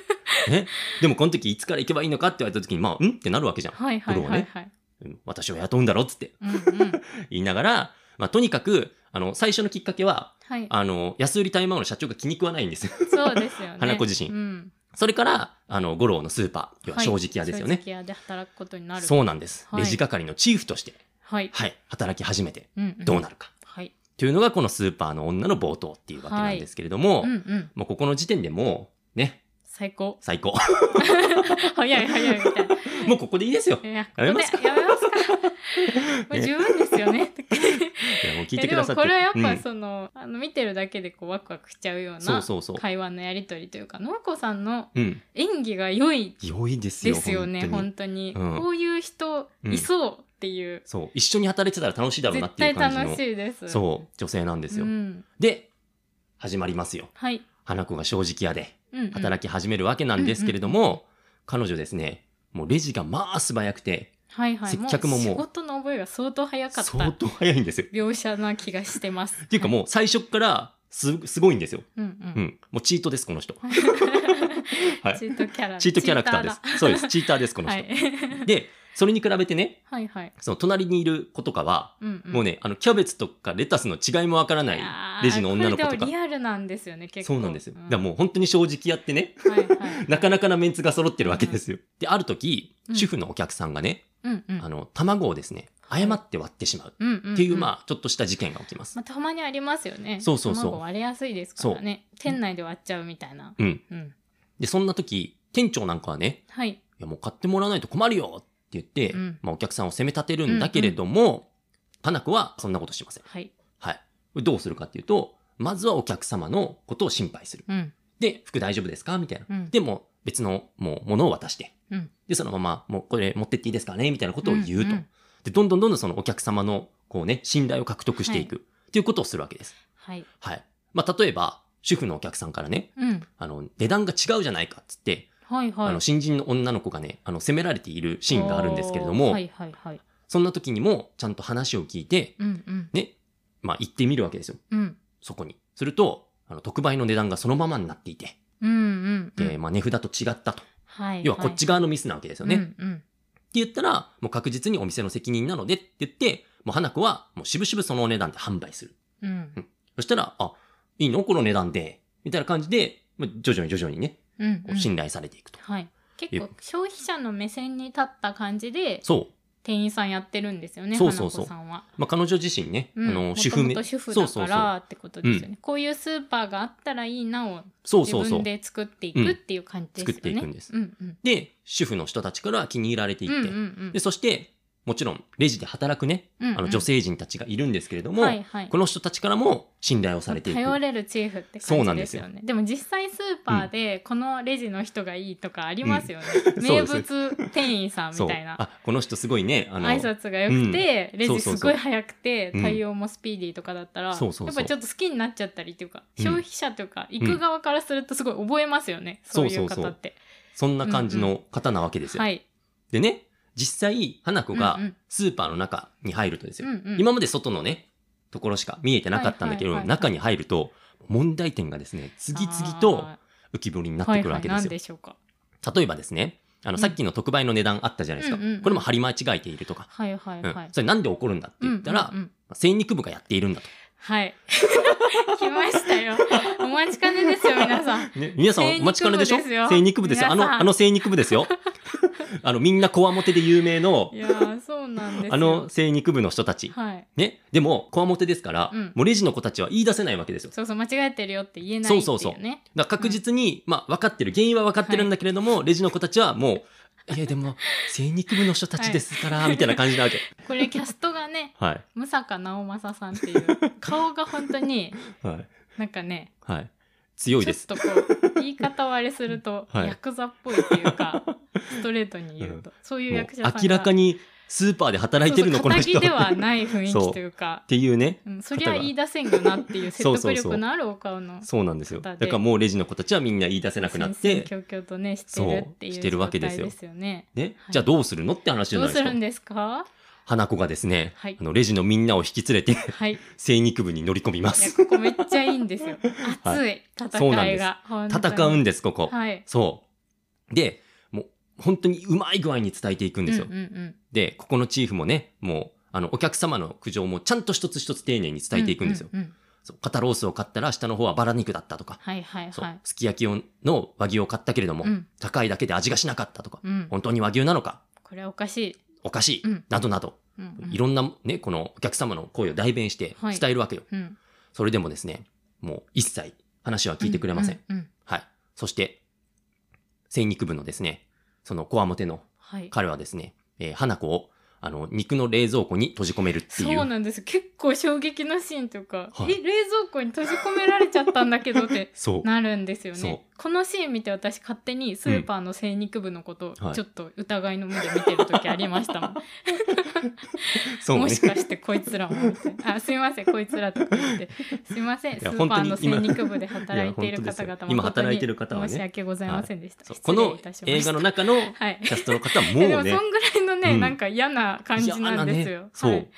Speaker 1: ね。でもこの時いつから行けばいいのかって言われた時に、まあ、うんってなるわけじゃん。
Speaker 2: はいはいはいはい。
Speaker 1: うん私を雇うんだろっつって
Speaker 2: うんうん。
Speaker 1: 言いながら、まあ、とにかく、あの、最初のきっかけは、
Speaker 2: はい。
Speaker 1: あの、安売りタイマーの社長が気に食わないんですよ。
Speaker 2: そうですよね。
Speaker 1: 花子自身
Speaker 2: うん。
Speaker 1: それから、あの、五郎のスーパー、要は正直屋ですよ
Speaker 2: 正
Speaker 1: ね。
Speaker 2: 直屋で働くことになる。
Speaker 1: そうなんです。
Speaker 2: はい
Speaker 1: レジ係のチーフとして、
Speaker 2: はい。
Speaker 1: はい、働き始めて、
Speaker 2: うんうん
Speaker 1: どうなるか。
Speaker 2: はい。
Speaker 1: というのがこのスーパーの女の冒頭っていうわけなんですけれども、
Speaker 2: うんうん。
Speaker 1: もうここの時点でもう、ね、
Speaker 2: 最高。
Speaker 1: 最高。
Speaker 2: 早い早いみたいな。
Speaker 1: もうここでいいですよ。
Speaker 2: いや、ここ
Speaker 1: や
Speaker 2: で
Speaker 1: め
Speaker 2: やめ
Speaker 1: ま
Speaker 2: ますすか。もう十分ですよね。
Speaker 1: いやもう 聞い
Speaker 2: え
Speaker 1: てくださって。
Speaker 2: でもこれはやっぱ
Speaker 1: うん
Speaker 2: その、あの見てるだけでこうワクワクしちゃうよう
Speaker 1: そう
Speaker 2: な
Speaker 1: そうそう。
Speaker 2: 会話のやりとりというか、のこさんの
Speaker 1: うん。
Speaker 2: 演技が良い
Speaker 1: 良いですよ。
Speaker 2: ですよね、
Speaker 1: 本当に
Speaker 2: 本当に。
Speaker 1: うん
Speaker 2: こういう人
Speaker 1: うん
Speaker 2: いそうっていう、
Speaker 1: そう。一緒に働いてたら楽しいだろうなっ
Speaker 2: 絶
Speaker 1: てい
Speaker 2: 対
Speaker 1: う感じの。
Speaker 2: 楽しいです。
Speaker 1: そう。女性なんですよ。
Speaker 2: うん、
Speaker 1: で、始まりますよ。
Speaker 2: はい。
Speaker 1: 花子が正直屋で
Speaker 2: うんうん、
Speaker 1: 働き始めるわけなんですけれども、彼女ですね、もうレジがまあ素早くて、
Speaker 2: はいはい、
Speaker 1: 接客ももう
Speaker 2: 仕事の覚えが相当早かっ
Speaker 1: 相
Speaker 2: た
Speaker 1: 当早いんですよ。
Speaker 2: 描写な気がしてます。
Speaker 1: っていうかもう最初っからす、すごいんですよ。
Speaker 2: う、うんう、
Speaker 1: うん ん。もうチートです、この人。はい
Speaker 2: チートキャラ、
Speaker 1: チートキャラクターです
Speaker 2: チ。
Speaker 1: そうです。チーターです、こ
Speaker 2: ー
Speaker 1: の
Speaker 2: ターだは
Speaker 1: 人。
Speaker 2: い、
Speaker 1: で、それに比べてね、
Speaker 2: はいはい、
Speaker 1: その隣にいる子とかは、
Speaker 2: うんうん、
Speaker 1: もうね、あの、キャベツとかレタスの違いもわからない
Speaker 2: いやー
Speaker 1: レジの女の子
Speaker 2: これ
Speaker 1: と
Speaker 2: でも
Speaker 1: か。
Speaker 2: リアルなんですよね結構
Speaker 1: そうなんですよ。だ
Speaker 2: う
Speaker 1: からもう本当に正直やって ね、
Speaker 2: はいはい、
Speaker 1: なかなかなメンツが揃ってるわけですよ。で、ある時、
Speaker 2: うん
Speaker 1: 主婦のお客さんがね、
Speaker 2: うんうん
Speaker 1: あの、卵をですね、誤って割ってしまう
Speaker 2: うんうんうん
Speaker 1: っていう、まあ、ちょっとした事件が起きます
Speaker 2: ま。あたまにありますよね
Speaker 1: そうそうそう
Speaker 2: 卵割れやすいですからね店内で割っちゃうみたいな
Speaker 1: うん。
Speaker 2: うん
Speaker 1: で、そんな時、店長なんかはね、
Speaker 2: はい
Speaker 1: いや、もう買ってもらわないと困るよって言って、
Speaker 2: うん
Speaker 1: まあ、お客さんを責め立てるんだけれども、花子はそんなことしません。
Speaker 2: はい
Speaker 1: はい。どうするかっていうと、まずはお客様のことを心配する。
Speaker 2: うん
Speaker 1: で、服大丈夫ですかみたいな。
Speaker 2: うん
Speaker 1: でも、別の、もう、ものを渡して。
Speaker 2: うん
Speaker 1: で、そのまま、もう、これ持ってっていいですかねみたいなことを言うと。
Speaker 2: んん
Speaker 1: で、どんどんどんどんそのお客様の、こうね、信頼を獲得していく。っていうことをするわけです。
Speaker 2: はい
Speaker 1: はい。まあ、例えば、主婦のお客さんからね、
Speaker 2: うん。
Speaker 1: あの、値段が違うじゃないかっつって、
Speaker 2: はいはい。
Speaker 1: あの、新人の女の子がね、あの、責められているシーンがあるんですけれども、
Speaker 2: おーはいはいはい。
Speaker 1: そんな時にも、ちゃんと話を聞いて、
Speaker 2: うんうん。
Speaker 1: ね、まあ、行ってみるわけですよ。
Speaker 2: うん。
Speaker 1: そこに。すると、あの、特売の値段がそのままになっていて、
Speaker 2: うんうんうん。
Speaker 1: で、まあ、値札と違ったと。
Speaker 2: はい。
Speaker 1: 要は、こっち側のミスなわけですよね。
Speaker 2: うん
Speaker 1: って
Speaker 2: うん。
Speaker 1: 言ったら、もう確実にお店の責任なのでって言って、もう花子は、もう渋々そのお値段で販売する。
Speaker 2: うん
Speaker 1: そしたら、あ、いいのこの値段で。みたいな感じで、まあ徐々に徐々にね、
Speaker 2: うん
Speaker 1: こ
Speaker 2: う。
Speaker 1: うん信頼されていくと。
Speaker 2: はい。結構消費者の目線に立った感じで
Speaker 1: そう。
Speaker 2: 店員さんやってるんですよね。
Speaker 1: そうそうそう
Speaker 2: 花子さんは。
Speaker 1: まあ、彼女自身ね、
Speaker 2: うん
Speaker 1: あの、主
Speaker 2: 元
Speaker 1: 婦
Speaker 2: 々
Speaker 1: め、
Speaker 2: 主婦
Speaker 1: そ
Speaker 2: だ
Speaker 1: うそ
Speaker 2: か
Speaker 1: うそう。
Speaker 2: らってことですよね。こういうスーパーがあったらいいなを
Speaker 1: そう
Speaker 2: 自
Speaker 1: そうそう
Speaker 2: 分。で作っていくっていう感じですよね。
Speaker 1: 作っていくんです
Speaker 2: うんうん。
Speaker 1: で、主婦の人たちから気に入られていっ
Speaker 2: うん
Speaker 1: て、
Speaker 2: うん
Speaker 1: で、そして、もちろん、レジで働くね、
Speaker 2: うん。
Speaker 1: あの、女性人たちがいるんですけれども、
Speaker 2: はいはい
Speaker 1: この人たちからも信頼をされていく。
Speaker 2: 頼れるチーフって
Speaker 1: そう
Speaker 2: 感
Speaker 1: な
Speaker 2: じ
Speaker 1: んで
Speaker 2: ですす
Speaker 1: よ
Speaker 2: よねでも実際スーパーでこのレジの人がいいとかありますよね、
Speaker 1: うん
Speaker 2: 名
Speaker 1: そうで
Speaker 2: 物店員さんみ
Speaker 1: そう。
Speaker 2: たいな
Speaker 1: あ、この人すごいね、あの、
Speaker 2: 挨拶が良くて、レ
Speaker 1: そう
Speaker 2: ジ
Speaker 1: そうそう
Speaker 2: すごい早くて
Speaker 1: うん
Speaker 2: 対応もスピーディーとかだったら、
Speaker 1: そうそうそう
Speaker 2: やっぱりちょっと好きになっちゃったりっていうか、
Speaker 1: うん
Speaker 2: 消費者というか行く側からするとすごい覚えますよね、そういう方って
Speaker 1: そんな感じの方なわけですよ。
Speaker 2: はい、
Speaker 1: でね、実際、花子が
Speaker 2: うんうん
Speaker 1: スーパーの中に入るとです
Speaker 2: う
Speaker 1: よ、
Speaker 2: んうん、
Speaker 1: 今まで外のね、ところしか見えてなかったんだけど、
Speaker 2: はいはいはいはい
Speaker 1: 中に入ると、問題点がですね、次々と
Speaker 2: あ
Speaker 1: 浮き彫りにな
Speaker 2: ー
Speaker 1: ってくるわけで
Speaker 2: はいはい、
Speaker 1: す
Speaker 2: 何
Speaker 1: よ。
Speaker 2: でしょうか
Speaker 1: 例えばですね、あの、
Speaker 2: うん
Speaker 1: さっきの特売の値段あったじゃないですか。
Speaker 2: うんうん
Speaker 1: これも張り間違えているとか。
Speaker 2: はいはい
Speaker 1: うん
Speaker 2: はい、
Speaker 1: それなんで起こるんだって言ったら、
Speaker 2: うんうんうん
Speaker 1: まあ精肉部がやっているんだ
Speaker 2: はい 来ましたよお待ちかねですよ皆さん
Speaker 1: と。ね、皆さんお待ちかねでしょ
Speaker 2: 精肉部です
Speaker 1: 精肉部です
Speaker 2: よ
Speaker 1: よ。あ
Speaker 2: 皆
Speaker 1: の、
Speaker 2: さん
Speaker 1: あの精肉部 ですよ。あの、みんなこわもてで有名の
Speaker 2: い、やーそうなんですよ
Speaker 1: あの精肉部の人たち。
Speaker 2: はい
Speaker 1: ね。でも、こわもてですから、
Speaker 2: うん
Speaker 1: もうレジの子たちは言い出せないわけですよ。
Speaker 2: そうそう間違えてるよって言えないっ
Speaker 1: そ
Speaker 2: ていううね
Speaker 1: そうそうだから確実に、まあ、分かってる。原因は分かってるんだけれども、レジの子たちはもう、いや、でも、精肉部の人たちですから、みたいな感じなわけ。
Speaker 2: これキャストがね
Speaker 1: はい。
Speaker 2: 武坂直政さんっていう 顔が本当に
Speaker 1: はい。
Speaker 2: なんかね
Speaker 1: はい。強い
Speaker 2: ち
Speaker 1: で
Speaker 2: ょっ
Speaker 1: す。
Speaker 2: とこう言い方をあれすると、
Speaker 1: はい
Speaker 2: ヤクザっぽいっていうかストレートに言うと、そういう
Speaker 1: もう
Speaker 2: 役者さんが
Speaker 1: 明らか
Speaker 2: に
Speaker 1: にスーパーで働いてるの、この人。
Speaker 2: では
Speaker 1: っ
Speaker 2: ない雰囲気というか
Speaker 1: ていうね。
Speaker 2: うん、そりゃ言い出せんよなっていう説
Speaker 1: そう
Speaker 2: 得
Speaker 1: そうそう
Speaker 2: 力のあるお顔の
Speaker 1: そうなんですよ。
Speaker 2: 方
Speaker 1: だ
Speaker 2: で
Speaker 1: からもうレジの子たちはみんな言い出せなくなっ
Speaker 2: 戦々
Speaker 1: て、
Speaker 2: 恐々とねしてるっていう
Speaker 1: そうしてるわけですよ
Speaker 2: 状態ですよね
Speaker 1: ね
Speaker 2: は。い
Speaker 1: じゃあどうするのって話じゃ
Speaker 2: ど
Speaker 1: な
Speaker 2: う
Speaker 1: いです
Speaker 2: す
Speaker 1: か
Speaker 2: るん。ですか
Speaker 1: 花子がですね、
Speaker 2: はい
Speaker 1: あのレジのみんなを引き連れて
Speaker 2: はいい
Speaker 1: 精肉部に乗り込みま
Speaker 2: や
Speaker 1: す。
Speaker 2: ここめっちゃいいんですよ
Speaker 1: はい
Speaker 2: 熱い
Speaker 1: そうなん
Speaker 2: 戦い
Speaker 1: です
Speaker 2: が、
Speaker 1: 戦うん
Speaker 2: で
Speaker 1: です、ここ。
Speaker 2: はい
Speaker 1: そう。で、もう本当にうまい具合に伝えていくんですよ。
Speaker 2: うんうんうん
Speaker 1: で、ここのチーフもね、もう、あの、お客様の苦情もちゃんと一つ一つ丁寧に伝えていくんですよ。
Speaker 2: ううう
Speaker 1: そう肩ロースを買ったら下の方はバラ肉だったとか、
Speaker 2: はいはい
Speaker 1: そう
Speaker 2: はい。
Speaker 1: すき焼きをの和牛を買ったけれども、
Speaker 2: うん
Speaker 1: 高いだけで味がしなかったとか、
Speaker 2: うん、
Speaker 1: 本当に和牛なのか、
Speaker 2: これはおかしい。
Speaker 1: おかしい、
Speaker 2: うん
Speaker 1: などなど、
Speaker 2: うんうん
Speaker 1: いろんなね、このお客様の声を代弁して
Speaker 2: はい
Speaker 1: 伝えるわけよ。
Speaker 2: うん、
Speaker 1: それでもですね、もう一切話は聞いてくれません。
Speaker 2: うんうんうん
Speaker 1: はい。そして、精肉部のですね、そのコアモテの
Speaker 2: はい。
Speaker 1: 彼はですね、えー花子を、あの、肉の冷蔵庫に閉じ込めるってい
Speaker 2: そう
Speaker 1: う。
Speaker 2: なんです。結構衝撃のシーンというか、
Speaker 1: はい
Speaker 2: え冷蔵庫に閉じ込められちゃったんだけどって
Speaker 1: そう。
Speaker 2: なるんですよ
Speaker 1: そう
Speaker 2: ね。このシーン見て私勝手にスーパーの精肉部のこと
Speaker 1: うんは
Speaker 2: を
Speaker 1: い
Speaker 2: ちょっと疑いの目で見てる時あり ましたもん。
Speaker 1: そう
Speaker 2: も
Speaker 1: ね
Speaker 2: し。かしてこいつらもみたいな。あすいませんこいつらとか言ってすいません
Speaker 1: い
Speaker 2: ス
Speaker 1: や
Speaker 2: ーパーの
Speaker 1: 本当に今
Speaker 2: 精肉部で働いてい
Speaker 1: いや本当
Speaker 2: る方々
Speaker 1: ですよ今働いてる方はね
Speaker 2: 本当に申し訳ございませんでした。
Speaker 1: そう
Speaker 2: 失
Speaker 1: こ
Speaker 2: 礼
Speaker 1: の
Speaker 2: いたしま
Speaker 1: 映
Speaker 2: した
Speaker 1: 画の中の
Speaker 2: はい
Speaker 1: キャストの方はも
Speaker 2: でも
Speaker 1: うね
Speaker 2: そ、んぐらいのね、
Speaker 1: うん
Speaker 2: なんか嫌な感じなんですよ。
Speaker 1: そう、
Speaker 2: はい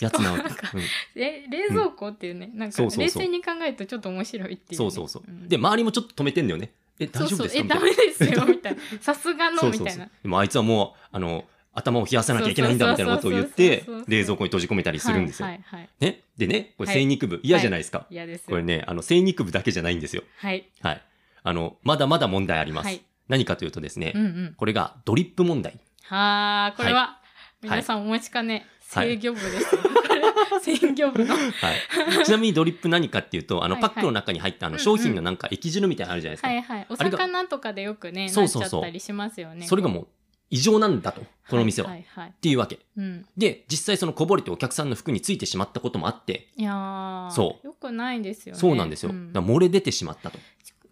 Speaker 1: やつなわけ
Speaker 2: しかもなんか
Speaker 1: うん
Speaker 2: え冷蔵庫っていうね、なんか
Speaker 1: そうそうそう
Speaker 2: 冷静に考えるとちょっと面白いっていう、
Speaker 1: そ
Speaker 2: ね。
Speaker 1: うそうそう、
Speaker 2: ん
Speaker 1: で、周りもちょっと止めてんだよね。え、
Speaker 2: そ
Speaker 1: 大
Speaker 2: う
Speaker 1: 丈夫
Speaker 2: そう
Speaker 1: ですか
Speaker 2: え
Speaker 1: みたいな
Speaker 2: ダメですよみたいな。さすがの
Speaker 1: そう
Speaker 2: み
Speaker 1: そう
Speaker 2: たい
Speaker 1: そう
Speaker 2: な。。
Speaker 1: でもあいつはもう、あの、頭を冷やさなきゃいけないんだみたいなことを言って
Speaker 2: そうそうそうそうそう、
Speaker 1: 冷蔵庫に閉じ込めたりするんですよ
Speaker 2: は。いはいはい。
Speaker 1: ね。でね、これ
Speaker 2: はい
Speaker 1: 精肉部、嫌じゃないですか。
Speaker 2: 嫌です。
Speaker 1: これね、あの、精肉部だけじゃないんですよ。
Speaker 2: はい
Speaker 1: はい。あの、まだまだ問題ありま
Speaker 2: は
Speaker 1: す
Speaker 2: い。。
Speaker 1: 何かというとですね
Speaker 2: うん、うん。
Speaker 1: これがドリップ問題。
Speaker 2: はあこれは、皆さんお持ちかね、
Speaker 1: はい
Speaker 2: 制御部ですよ。制御部の。は
Speaker 1: はい。ちなみにドリップ何かっていうと、あの、
Speaker 2: はい
Speaker 1: パ
Speaker 2: はい
Speaker 1: ックの中に入ったあの
Speaker 2: うんうん
Speaker 1: 商品のなんか液汁みたいなのあるじゃないですか。
Speaker 2: いはい。お
Speaker 1: あれが
Speaker 2: 魚とかでよくね、
Speaker 1: そ
Speaker 2: な
Speaker 1: う
Speaker 2: っ
Speaker 1: そ
Speaker 2: ち
Speaker 1: う
Speaker 2: ゃ
Speaker 1: そう
Speaker 2: ったりしますよね。
Speaker 1: それがもう異常なんだと、この店は。
Speaker 2: は
Speaker 1: っ
Speaker 2: いはいはい。
Speaker 1: ていうわけ。
Speaker 2: うん。
Speaker 1: で、実際そのこぼれてお客さんの服についてしまったこともあって、
Speaker 2: いやー
Speaker 1: そう
Speaker 2: よくないですよね。
Speaker 1: そうなんですよ。だ
Speaker 2: ん
Speaker 1: から漏れ出てしまったと。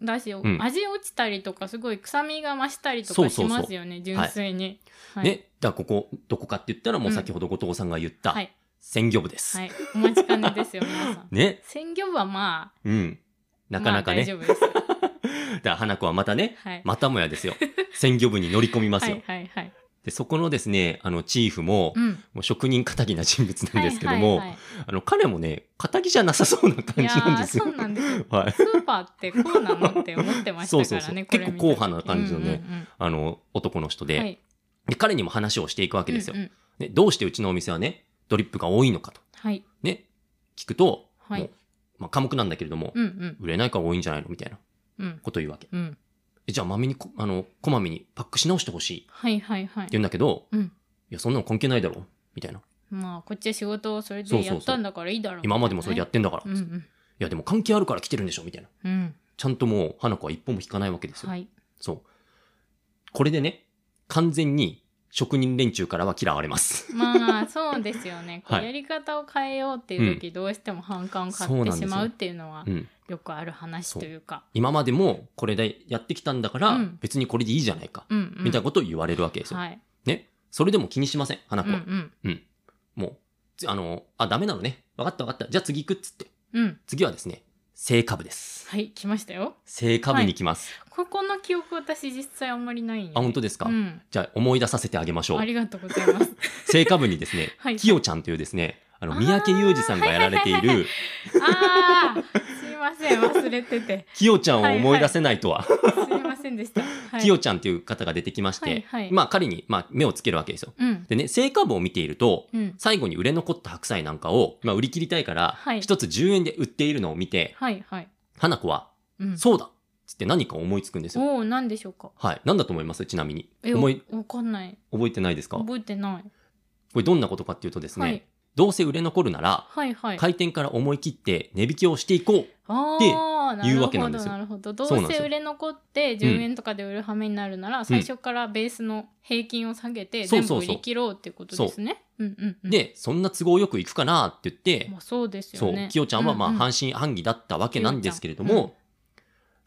Speaker 2: だし、
Speaker 1: ん
Speaker 2: 味落ちたりとかすごい臭みが増したりと
Speaker 1: そう
Speaker 2: か
Speaker 1: そ
Speaker 2: し
Speaker 1: うそう
Speaker 2: ますよね純粋に。はい
Speaker 1: ね。だからここ、どこかって言ったらもう先ほど後藤さんが言った
Speaker 2: は、い
Speaker 1: 鮮魚部です
Speaker 2: は。いお待ちかねですよ皆さん。
Speaker 1: ね。
Speaker 2: 鮮魚部はまあ
Speaker 1: うん。なかなかね。
Speaker 2: まあ、大丈夫です。
Speaker 1: だから花子はまたね、
Speaker 2: はい。
Speaker 1: またもやです よ。鮮魚部に乗り込みます
Speaker 2: は
Speaker 1: よ。
Speaker 2: いはいはい。
Speaker 1: で、そこのですね、あの、チーフも、
Speaker 2: うん。
Speaker 1: もう職人仇な人物なん ですけども、
Speaker 2: はいはいはい
Speaker 1: あの、彼もね、仇じゃなさそう な感じなんですよ。
Speaker 2: いやーそうなんですよ
Speaker 1: はい。
Speaker 2: スーパーってこうなのって思ってましたからね。
Speaker 1: そうそうそう
Speaker 2: これ見た時
Speaker 1: 結構硬派な感じのね
Speaker 2: うんうんうん
Speaker 1: あの、男の人で、
Speaker 2: はい。
Speaker 1: で、彼にも話をしていくわけですよ、
Speaker 2: うんうん
Speaker 1: ね。どうしてうちのお店はね、ドリップが多いのかと。
Speaker 2: はい。
Speaker 1: ね。聞くと、
Speaker 2: は
Speaker 1: もう
Speaker 2: い。
Speaker 1: まあ、寡黙なんだけれども、
Speaker 2: うんうん
Speaker 1: 売れないから多いんじゃないのみたいな
Speaker 2: うん
Speaker 1: ことを言うわけ。
Speaker 2: うん。
Speaker 1: えじゃあ、まめにこ、あの、こまめにパックし直してほしいって
Speaker 2: はいはいはい。
Speaker 1: 言うんだけど、
Speaker 2: うん
Speaker 1: いや、そんなの関係ないだろみたいな。
Speaker 2: まあ、こっちは仕事をそれ
Speaker 1: そうそう
Speaker 2: で
Speaker 1: そう
Speaker 2: やったんだからいいだろう。
Speaker 1: 今までもそれでやってんだから。
Speaker 2: うん
Speaker 1: いや、でも関係あるから来てるんでしょみたいな。
Speaker 2: うん。うん。
Speaker 1: ちゃんともう、花子は一歩も引かないわけですよ。
Speaker 2: はい。
Speaker 1: そう。これでね、完全に職人連中からは嫌われ ます。
Speaker 2: まあ、そうですよね。こ
Speaker 1: は
Speaker 2: う
Speaker 1: い
Speaker 2: やり方を変えようっていう時、どうしても反感を買
Speaker 1: そうなん
Speaker 2: って
Speaker 1: です
Speaker 2: し
Speaker 1: よ
Speaker 2: まうっていうのは
Speaker 1: う、ん。
Speaker 2: よくある話というか。
Speaker 1: 今までもこれでやってきたんだから、
Speaker 2: うん
Speaker 1: 別にこれでいいじゃないか。
Speaker 2: うんうん。
Speaker 1: みたいなことを言われるわけですよ。
Speaker 2: はい。
Speaker 1: ね。それでも気にしません、花
Speaker 2: う
Speaker 1: 子
Speaker 2: んう
Speaker 1: は。
Speaker 2: ん。
Speaker 1: もうつ、あの、あ、ダメなのね。わかったわかった。じゃあ次行くっつって。
Speaker 2: うん。
Speaker 1: 次はですね、成果部です。
Speaker 2: はい、来ましたよ。
Speaker 1: 成果部に行きます。
Speaker 2: ここの記憶私実際あんまりないんよ
Speaker 1: あ、本当ですか、
Speaker 2: うん。
Speaker 1: じゃあ思い出させてあげましょ
Speaker 2: あ
Speaker 1: う。
Speaker 2: りがとうござい ます。、
Speaker 1: 成果部にですね
Speaker 2: はい
Speaker 1: きよちゃんというですね、あの、
Speaker 2: あー
Speaker 1: 三宅裕二さんがやられてい
Speaker 2: はいはいはい
Speaker 1: る、
Speaker 2: ああ、すいません、忘れてて。
Speaker 1: きよちゃんを思い出せないとは、
Speaker 2: すいませんでした。はい、
Speaker 1: きよちゃんという方が出てきまして、
Speaker 2: はいはい
Speaker 1: まあ彼に、まあ、目をつけるわけですよ。
Speaker 2: うん。
Speaker 1: でね、成果部を見ていると、
Speaker 2: うん。
Speaker 1: 最後に売れ残った白菜なんかを、まあ、売り切りたいから
Speaker 2: は、い
Speaker 1: 一つ10円で売っているのを見て、
Speaker 2: はいはい。
Speaker 1: 花子は、
Speaker 2: うん。
Speaker 1: そうだっつって何か思いつくんですよ。
Speaker 2: おお、なんでしょうか。
Speaker 1: はい。なんだと思いますちなみに。
Speaker 2: え、
Speaker 1: 思い、
Speaker 2: わかんない。
Speaker 1: 覚えてないですかこ
Speaker 2: 覚えてない。
Speaker 1: れどんなことかっていうとですね、
Speaker 2: はい
Speaker 1: どうせ売れ残るなら、
Speaker 2: はいはい。
Speaker 1: 開店から思い切って値引きをしていこ
Speaker 2: あ
Speaker 1: で
Speaker 2: あ、な
Speaker 1: 言う
Speaker 2: る
Speaker 1: わ
Speaker 2: ほ
Speaker 1: けな
Speaker 2: ど
Speaker 1: んですよ
Speaker 2: なるほど。ど
Speaker 1: そうなん
Speaker 2: う
Speaker 1: です
Speaker 2: せ
Speaker 1: よ
Speaker 2: 売れ残って10円とかで売る羽目になるなら、最初からベースの平均を下げて
Speaker 1: そう
Speaker 2: 全
Speaker 1: そ
Speaker 2: 部
Speaker 1: うそう
Speaker 2: 売り切ろうってことですね。うんうんう
Speaker 1: う。
Speaker 2: ん。、
Speaker 1: で、そんな都合よくいくかなって言って、
Speaker 2: まあそうです
Speaker 1: そ
Speaker 2: よ
Speaker 1: う
Speaker 2: ね。、
Speaker 1: きよちゃんはまあ
Speaker 2: うう
Speaker 1: 半信半疑だったわけなんですけれども、
Speaker 2: きよ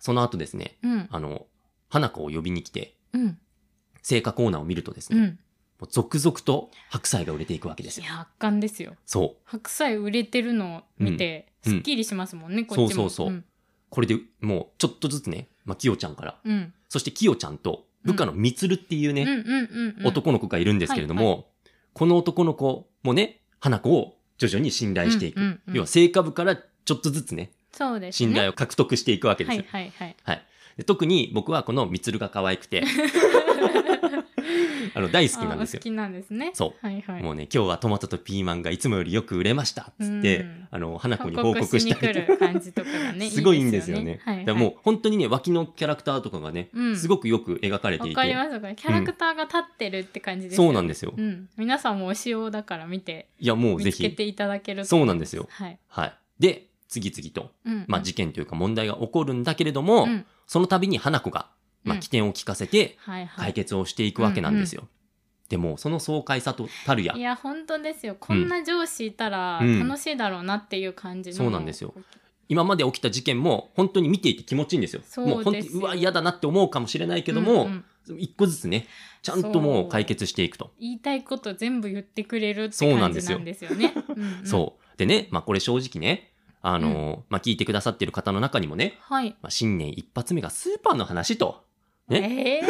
Speaker 2: ち
Speaker 1: その後ですね、
Speaker 2: うん
Speaker 1: あの、花子を呼びに来て、
Speaker 2: うん
Speaker 1: 成果コーナーを見るとです
Speaker 2: う
Speaker 1: ね、
Speaker 2: ん。
Speaker 1: もう続々と白菜が売れていくわけです
Speaker 2: い
Speaker 1: よ。
Speaker 2: や圧巻ですよ。
Speaker 1: そう。
Speaker 2: 白菜売れてるのを見て、
Speaker 1: うん
Speaker 2: すっきりしますもんね、こっち
Speaker 1: そ
Speaker 2: も。
Speaker 1: うそうそうんこれでもうちょっとずつね、まあ、きよちゃんから、
Speaker 2: うん。
Speaker 1: そしてきよちゃんと部下のみつるっていう
Speaker 2: うんう
Speaker 1: ね、
Speaker 2: んうんうん。
Speaker 1: 男の子がいるんですけれども、
Speaker 2: は
Speaker 1: この男の子もね、花子を徐々に信頼していく。
Speaker 2: うんうんうん
Speaker 1: 要は成果部からちょっとずつね、
Speaker 2: そうですね。
Speaker 1: 信頼を獲得していくわけですよ。
Speaker 2: はいはいはい。
Speaker 1: で特に僕はこのみつるが可愛く て、あの 大好きなんです
Speaker 2: あ
Speaker 1: よ
Speaker 2: お好。きなんですね。。
Speaker 1: そう
Speaker 2: はいはい。
Speaker 1: もうね、今日はトマトとピーマンがいつもよりよく売れましたっつって、
Speaker 2: うん
Speaker 1: あの、花子
Speaker 2: 報
Speaker 1: に報告
Speaker 2: 告し
Speaker 1: し
Speaker 2: に
Speaker 1: た
Speaker 2: 来
Speaker 1: り
Speaker 2: る感じとかがね。
Speaker 1: すごいいいんですよね。
Speaker 2: はいはい、
Speaker 1: だからもう本当にね、脇のキャラクターとかがね、
Speaker 2: うん
Speaker 1: すごくよく描かれてい
Speaker 2: わかり
Speaker 1: て、
Speaker 2: ますわかりますキャラクターが立ってるって感じです、
Speaker 1: そうなん
Speaker 2: で
Speaker 1: ですよ。
Speaker 2: うん。皆さんもお仕様だから見て、
Speaker 1: いや、もうぜ
Speaker 2: 見つけ
Speaker 1: ひ。
Speaker 2: ていただけると
Speaker 1: そうなんですよ。
Speaker 2: はい。
Speaker 1: はい。で、次々と、
Speaker 2: うん。
Speaker 1: まあ、事件というか問題が起こるんだけれども、
Speaker 2: うん
Speaker 1: その度に花子が、まあ、
Speaker 2: うん
Speaker 1: 起点を聞かせて、
Speaker 2: はいはい。
Speaker 1: 解決をしていくわけなんですよ。でも、その爽快さとたるや
Speaker 2: い、や本当ですよこんな上司いたら
Speaker 1: うん
Speaker 2: 楽しいだろうなっていう感じの、
Speaker 1: そうなんですよ今まで起きた事件も、本当に見ていて気持ちいいんですよ。
Speaker 2: そうですよ
Speaker 1: もう本当に、うわ、嫌だなって思うかもしれないけども、
Speaker 2: うんうん
Speaker 1: 一個ずつね、ちゃんともう解決していくと。
Speaker 2: 言いたいこと全部言ってくれるって
Speaker 1: そうなん
Speaker 2: 感
Speaker 1: で
Speaker 2: じ
Speaker 1: すよ
Speaker 2: なんですよねうんうん
Speaker 1: そう。でね、まあこれ正直ね、あのーまあ聞いてくださってる方の中にもね、
Speaker 2: はい
Speaker 1: まあ新年一発目がスーパーの話と、ね、
Speaker 2: え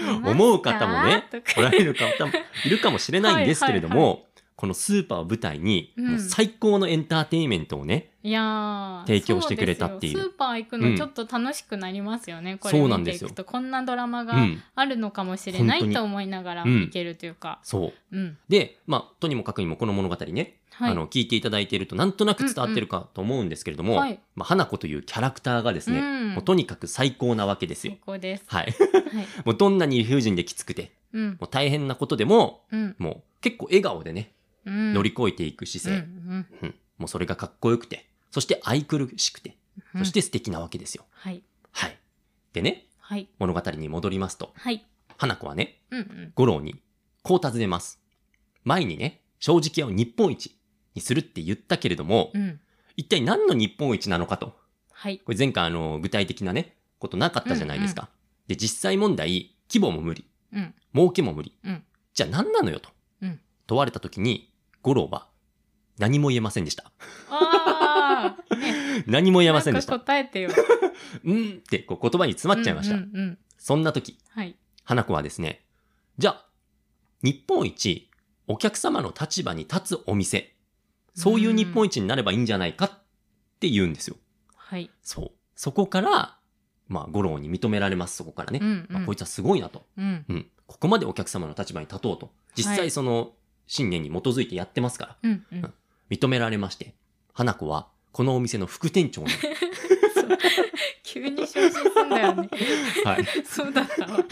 Speaker 2: ー
Speaker 1: 思う方もね
Speaker 2: いましたと、か
Speaker 1: おられる方 もいるかもしれないんですけれども、
Speaker 2: はいは
Speaker 1: このスーパーを舞台に、
Speaker 2: うん
Speaker 1: もう最高のエンターテインメントをね、
Speaker 2: いやー
Speaker 1: 提供してくれたっていう
Speaker 2: そですよスーパー行く
Speaker 1: うん
Speaker 2: のちょっと楽しくなりますよね、こ
Speaker 1: そ
Speaker 2: れ
Speaker 1: うなん
Speaker 2: 見
Speaker 1: で
Speaker 2: て
Speaker 1: す
Speaker 2: い
Speaker 1: よ
Speaker 2: くとこんなドラマ
Speaker 1: う
Speaker 2: が
Speaker 1: ん、
Speaker 2: あるのかもしれな
Speaker 1: 本当
Speaker 2: い
Speaker 1: に
Speaker 2: と思いながら
Speaker 1: うん
Speaker 2: いけるというか、
Speaker 1: そう。
Speaker 2: うん
Speaker 1: で、まあとにもかくにもこの物語ね、
Speaker 2: はい
Speaker 1: あの、聞いていただいているとなんとなく伝わってるかと思うんですけれども、
Speaker 2: はい
Speaker 1: まあ花子というキャラクターがですね、
Speaker 2: うん
Speaker 1: もうとにかく最高なわけですよ
Speaker 2: 最。高です、
Speaker 1: はい。
Speaker 2: はい
Speaker 1: もうどんなに理不尽できつくて、
Speaker 2: うん
Speaker 1: もう大変なことでも、
Speaker 2: うん
Speaker 1: もう結構笑顔でね、
Speaker 2: うん、
Speaker 1: 乗り越えていく姿勢、
Speaker 2: うんう
Speaker 1: う
Speaker 2: ん
Speaker 1: んもうそれがかっこよくて、そして愛くるしくて、
Speaker 2: うん
Speaker 1: そして素敵なわけですよ。
Speaker 2: はい
Speaker 1: はい。でね、
Speaker 2: はい
Speaker 1: 物語に戻りますと、
Speaker 2: はい
Speaker 1: 花子はね、
Speaker 2: うんうん
Speaker 1: 五郎に、こう尋ねます。前にね、正直屋を日本一にするって言ったけれども、
Speaker 2: うん
Speaker 1: 一体何の日本一なのかと。
Speaker 2: はい
Speaker 1: これ前回あの、具体的なね、ことなかったじゃないですか。で、実際問題、規模も無理、
Speaker 2: うん
Speaker 1: 儲けも無理。
Speaker 2: うん
Speaker 1: じゃあ何なのよと、
Speaker 2: うん
Speaker 1: 問われた時に、五郎は何も言えませんでした。
Speaker 2: あさ、 ね、
Speaker 1: 何も言えません
Speaker 2: な
Speaker 1: で
Speaker 2: ん
Speaker 1: し
Speaker 2: か
Speaker 1: た。
Speaker 2: 答えてよ。
Speaker 1: うんってこう言葉に詰まっちゃいました。
Speaker 2: うんうんうん
Speaker 1: そんな時、
Speaker 2: はい。
Speaker 1: 花子はですね、じゃあ、日本一お客様の立場に立つお店、そういう日本一になればいいんじゃないかって言うんですよ。
Speaker 2: はい。
Speaker 1: そう。そこから、まあ、五郎に認められます、そこからね。
Speaker 2: うんうん
Speaker 1: まあ、こいつはすごいなと。
Speaker 2: うん。
Speaker 1: うん。ここまでお客様の立場に立とうと。実
Speaker 2: は
Speaker 1: 際
Speaker 2: い
Speaker 1: その信念に基づいてやってますから、
Speaker 2: うんうん。
Speaker 1: 認められまして、花子はこのお店の副店長に。
Speaker 2: 急に昇進すんだよね。
Speaker 1: はい。
Speaker 2: そうだったわ。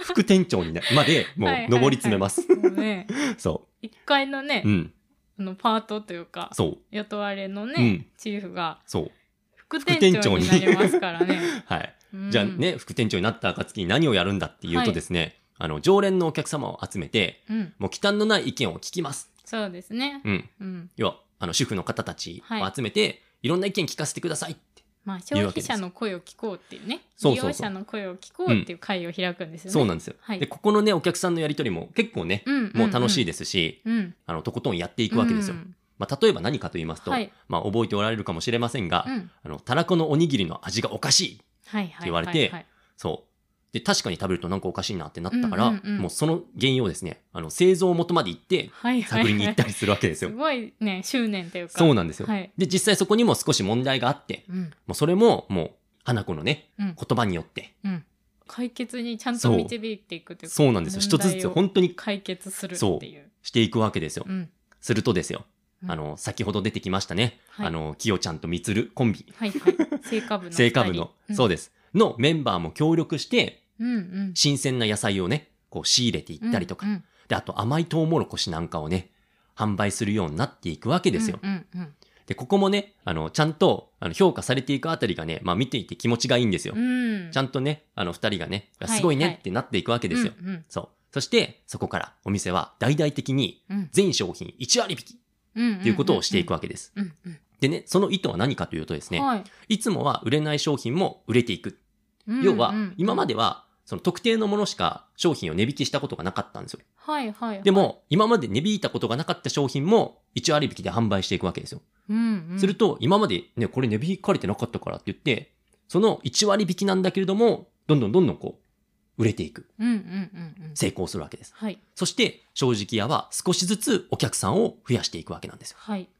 Speaker 1: 副店長になまで、もう
Speaker 2: はいはい、はい
Speaker 1: 上り詰めます。
Speaker 2: もうね、
Speaker 1: そ
Speaker 2: 一階のね
Speaker 1: う。う、ん。
Speaker 2: あのパートというか、
Speaker 1: そう。
Speaker 2: 雇われのね、
Speaker 1: うん
Speaker 2: チーフが
Speaker 1: そう。
Speaker 2: 副店長になりますからね。
Speaker 1: はい。
Speaker 2: うん
Speaker 1: じゃあ、ね、副店長になった暁に何をやるんだっていうとですね、あの、常連のお客様を集めて、
Speaker 2: うん。
Speaker 1: もう忌憚のない意見を聞きます。
Speaker 2: そうですね。
Speaker 1: うん。
Speaker 2: うん。
Speaker 1: 要は、あの、主婦の方たち
Speaker 2: はい
Speaker 1: を集めて、い、ろんな意見聞かせてくださいって。
Speaker 2: まあ、消費者の声を聞こうっていうね。
Speaker 1: そう
Speaker 2: 利
Speaker 1: そうそう
Speaker 2: 用者の声を聞こうっていう会を開くんですよね。
Speaker 1: そうなんですよ。
Speaker 2: はい
Speaker 1: で、ここのね、お客さんのやりとりも結構ね、
Speaker 2: うんうんうん
Speaker 1: もう楽しいですし、
Speaker 2: うん。
Speaker 1: あの、とことんやっていくわけですよ。
Speaker 2: うん
Speaker 1: まあ、例えば何かと言いますと、
Speaker 2: はい
Speaker 1: まあ、覚えておられるかもしれませんが、
Speaker 2: うん
Speaker 1: あの、たらこのおにぎりの味がおかしい。
Speaker 2: はいはいはいはい。
Speaker 1: 言われてそう。で、確かに食べるとなんかおかしいなってなったから、
Speaker 2: うんうんうん
Speaker 1: もうその原因をですね、あの、製造元まで行って、
Speaker 2: はいはいはい、
Speaker 1: 探りに行ったりするわけですよ
Speaker 2: す。ごいね、執念というか。
Speaker 1: そうなんですよ。
Speaker 2: はい。
Speaker 1: で、実際そこにも少し問題があって、
Speaker 2: うん。
Speaker 1: もうそれも、もう、花子のね、
Speaker 2: うん
Speaker 1: 言葉によって、
Speaker 2: うん。解決にちゃんと
Speaker 1: そう
Speaker 2: 導いていくというか。
Speaker 1: そうなんですよ。一つずつ
Speaker 2: 問題を
Speaker 1: 本当に
Speaker 2: 解決するっていう。
Speaker 1: していくわけですよ。
Speaker 2: うん。
Speaker 1: するとですよ、
Speaker 2: うん
Speaker 1: あの、先ほど出てきましたね、
Speaker 2: はい
Speaker 1: あの、きよちゃんとみつるコンビ、
Speaker 2: はいはい。成果部の二人。
Speaker 1: 成果部の、
Speaker 2: うん、
Speaker 1: そうです、のメンバーも協力して、
Speaker 2: うんうん。
Speaker 1: 新鮮な野菜をね、こう仕入れていったりとか、
Speaker 2: うんうん
Speaker 1: で、あと甘いトウモロコシなんかをね、販売するようになっていくわけですよ。
Speaker 2: うんうん
Speaker 1: で、ここもね、あの、ちゃんと、あの、評価されていくあたりがね、まあ見ていて気持ちがいいんですよ。
Speaker 2: うん。うん。
Speaker 1: ちゃんとね、あの、二人がね、
Speaker 2: はい
Speaker 1: すごいねってなっていくわけですよ。
Speaker 2: うんうん
Speaker 1: そう。そして、そこからお店は大々的に
Speaker 2: うん
Speaker 1: 全商品1割引き
Speaker 2: うんうん。
Speaker 1: っていうことをしていくわけです。
Speaker 2: うんうん。
Speaker 1: でね、その意図は何かというとですね、
Speaker 2: はい。
Speaker 1: いつもは売れない商品も売れていく。
Speaker 2: うんうん
Speaker 1: 要は、今ま。では、その特定のものしか商品を値引きしたことがなかったんですよ。
Speaker 2: はいはいはい。
Speaker 1: でも、今まで値引いたことがなかった商品も1割引きで販売していくわけですよ。
Speaker 2: うんうん。
Speaker 1: すると、今までね、これ値引かれてなかったからって言って、その1割引きなんだけれども、どんどんどんどんこう、売れていく。
Speaker 2: うんうんうんうん。
Speaker 1: 成功するわけです。
Speaker 2: はい
Speaker 1: そして、正直屋は少しずつお客さんを増やしていくわけなんですよ。
Speaker 2: はい。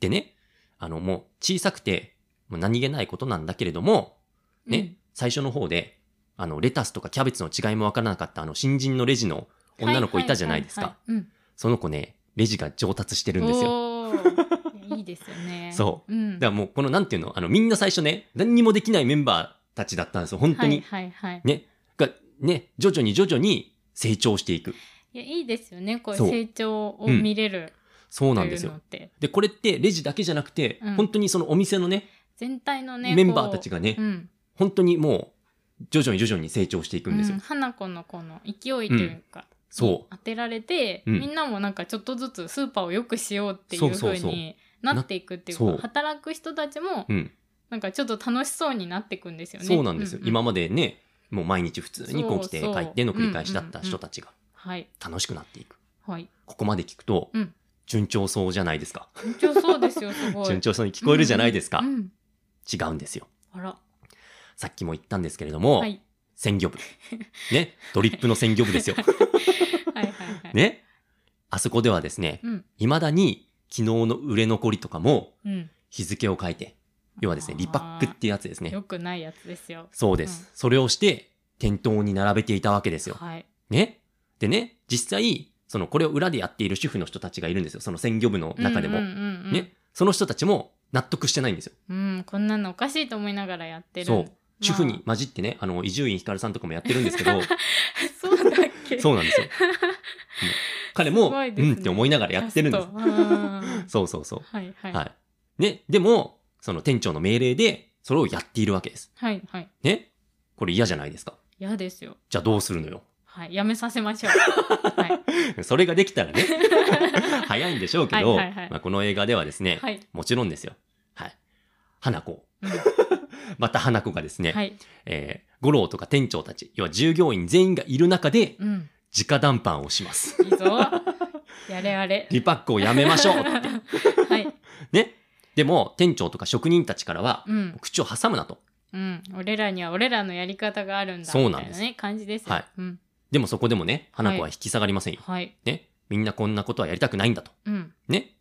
Speaker 1: でね、あの、もう小さくて、もう何気ないことなんだけれども、ね、
Speaker 2: うん
Speaker 1: 最初の方で、あの、レタスとかキャベツの違いもわからなかったあの、新人のレジの女の子いたじゃないです
Speaker 2: はは
Speaker 1: か。
Speaker 2: はいはい。うん。
Speaker 1: その子ね、レジが上達してるんですよ。
Speaker 2: おーいやいいですよ ね。。
Speaker 1: そう
Speaker 2: うん。
Speaker 1: だからもうこのなんていうの、あのみんな最初ね、何にもできないメンバーたちだったんですよ、本当に。
Speaker 2: はいはいはい。
Speaker 1: ね、が、ね、徐々に徐々に成長していく。
Speaker 2: いや、いいですよね。こう
Speaker 1: そう
Speaker 2: 成長を見れる
Speaker 1: そう
Speaker 2: と
Speaker 1: なん
Speaker 2: い
Speaker 1: で
Speaker 2: う
Speaker 1: す
Speaker 2: の
Speaker 1: よ
Speaker 2: っ。て。
Speaker 1: で、これってレジだけじゃなくて、
Speaker 2: うん
Speaker 1: 本当にそのお店のね、
Speaker 2: 全体のね、
Speaker 1: メンバーたちがね
Speaker 2: こううん。
Speaker 1: 本当にもう、徐々に徐々に成長していくんですよ。
Speaker 2: うん花子のこの勢いというか、
Speaker 1: そ
Speaker 2: 当てられて、
Speaker 1: うん
Speaker 2: みんなもなんかちょっとずつスーパーを良くしようってい
Speaker 1: そう
Speaker 2: う
Speaker 1: そう
Speaker 2: 風
Speaker 1: そう
Speaker 2: になっていくっていう
Speaker 1: なそう
Speaker 2: か、働く人たちも
Speaker 1: う。うん。
Speaker 2: なんかちょっと楽しそうになっていくんですよね。
Speaker 1: そうなんですよ。今
Speaker 2: も。
Speaker 1: までね、もう毎日普通にこう来て
Speaker 2: そう
Speaker 1: 帰
Speaker 2: そう
Speaker 1: っての繰り返しだった人たちが
Speaker 2: はい。
Speaker 1: 楽しくなっていく。
Speaker 2: はい。
Speaker 1: ここまで聞くと
Speaker 2: うん、
Speaker 1: 順調そうじゃないですか。
Speaker 2: 順調そうですよ、すご い。
Speaker 1: 順調そうに聞こえるじゃないですか
Speaker 2: うん。うん
Speaker 1: 違うんですよ。
Speaker 2: あら。
Speaker 1: さっきも言ったんですけれども
Speaker 2: は、い。
Speaker 1: 鮮 魚部。ね、ドリップの鮮魚部ですよ。
Speaker 2: はいはいは い。。
Speaker 1: ね。あそこではですね、
Speaker 2: うん。
Speaker 1: 未だに昨日の売れ残りとかも
Speaker 2: うん。
Speaker 1: 日付を変えて、要はですね、リパックっていうやつですね
Speaker 2: よ。くないやつですよ。
Speaker 1: そうです。
Speaker 2: うん
Speaker 1: それをして、店頭に並べていたわけですよ。
Speaker 2: はい。
Speaker 1: ね。でね、実際、その、これを裏でやっている主婦の人たちがいるんですよ。その鮮魚部の中でも。
Speaker 2: うんうんうんうん
Speaker 1: ね。その人たちも納得してないんですよ。
Speaker 2: うん、こんなのおかしいと思いながらやってる。
Speaker 1: そう。主婦
Speaker 2: ま
Speaker 1: に混じってね、あの、伊集院光さんとかもやってるん ですけど、
Speaker 2: あ。 そうだっ け
Speaker 1: そうなんですよ。うん彼
Speaker 2: す
Speaker 1: も、
Speaker 2: ごいです
Speaker 1: う
Speaker 2: ね
Speaker 1: んって思いながらやってるんです
Speaker 2: ラス。トうん
Speaker 1: そうそうそう。
Speaker 2: はいはい。
Speaker 1: は
Speaker 2: はい
Speaker 1: い。ね、でも、その店長の命令で、それをやっているわけです。
Speaker 2: はい。
Speaker 1: ね。これ嫌じゃないですか。
Speaker 2: 嫌ですよ。
Speaker 1: じゃあどうするのよ。
Speaker 2: はい。やめさせましょう。はい。
Speaker 1: それができたらね、 早いんでしょうけど、
Speaker 2: はいはいはい
Speaker 1: まあ、この映画ではですね、
Speaker 2: はい。
Speaker 1: もちろんですよ。はい。花子。
Speaker 2: うん
Speaker 1: また花子がですね、
Speaker 2: はい。
Speaker 1: えー、五郎とか店長たち、要は従業員全員がいる中で、
Speaker 2: うん。
Speaker 1: 直談判をします。
Speaker 2: いいぞ。やれやれ。
Speaker 1: リパックをやめましょう
Speaker 2: はい。
Speaker 1: ね。でも、店長とか職人たちからは、
Speaker 2: うん、
Speaker 1: 口を挟むなと。
Speaker 2: うん、俺らには俺らのやり方があるんだ
Speaker 1: そう
Speaker 2: み
Speaker 1: なん
Speaker 2: たい
Speaker 1: で
Speaker 2: な
Speaker 1: す
Speaker 2: ね感じですよ
Speaker 1: はい
Speaker 2: うん
Speaker 1: でもそこでもね、花子は引き下がりませんよ。
Speaker 2: はい
Speaker 1: ね。みんなこんなことはやりたくないんだと。
Speaker 2: うん
Speaker 1: ね。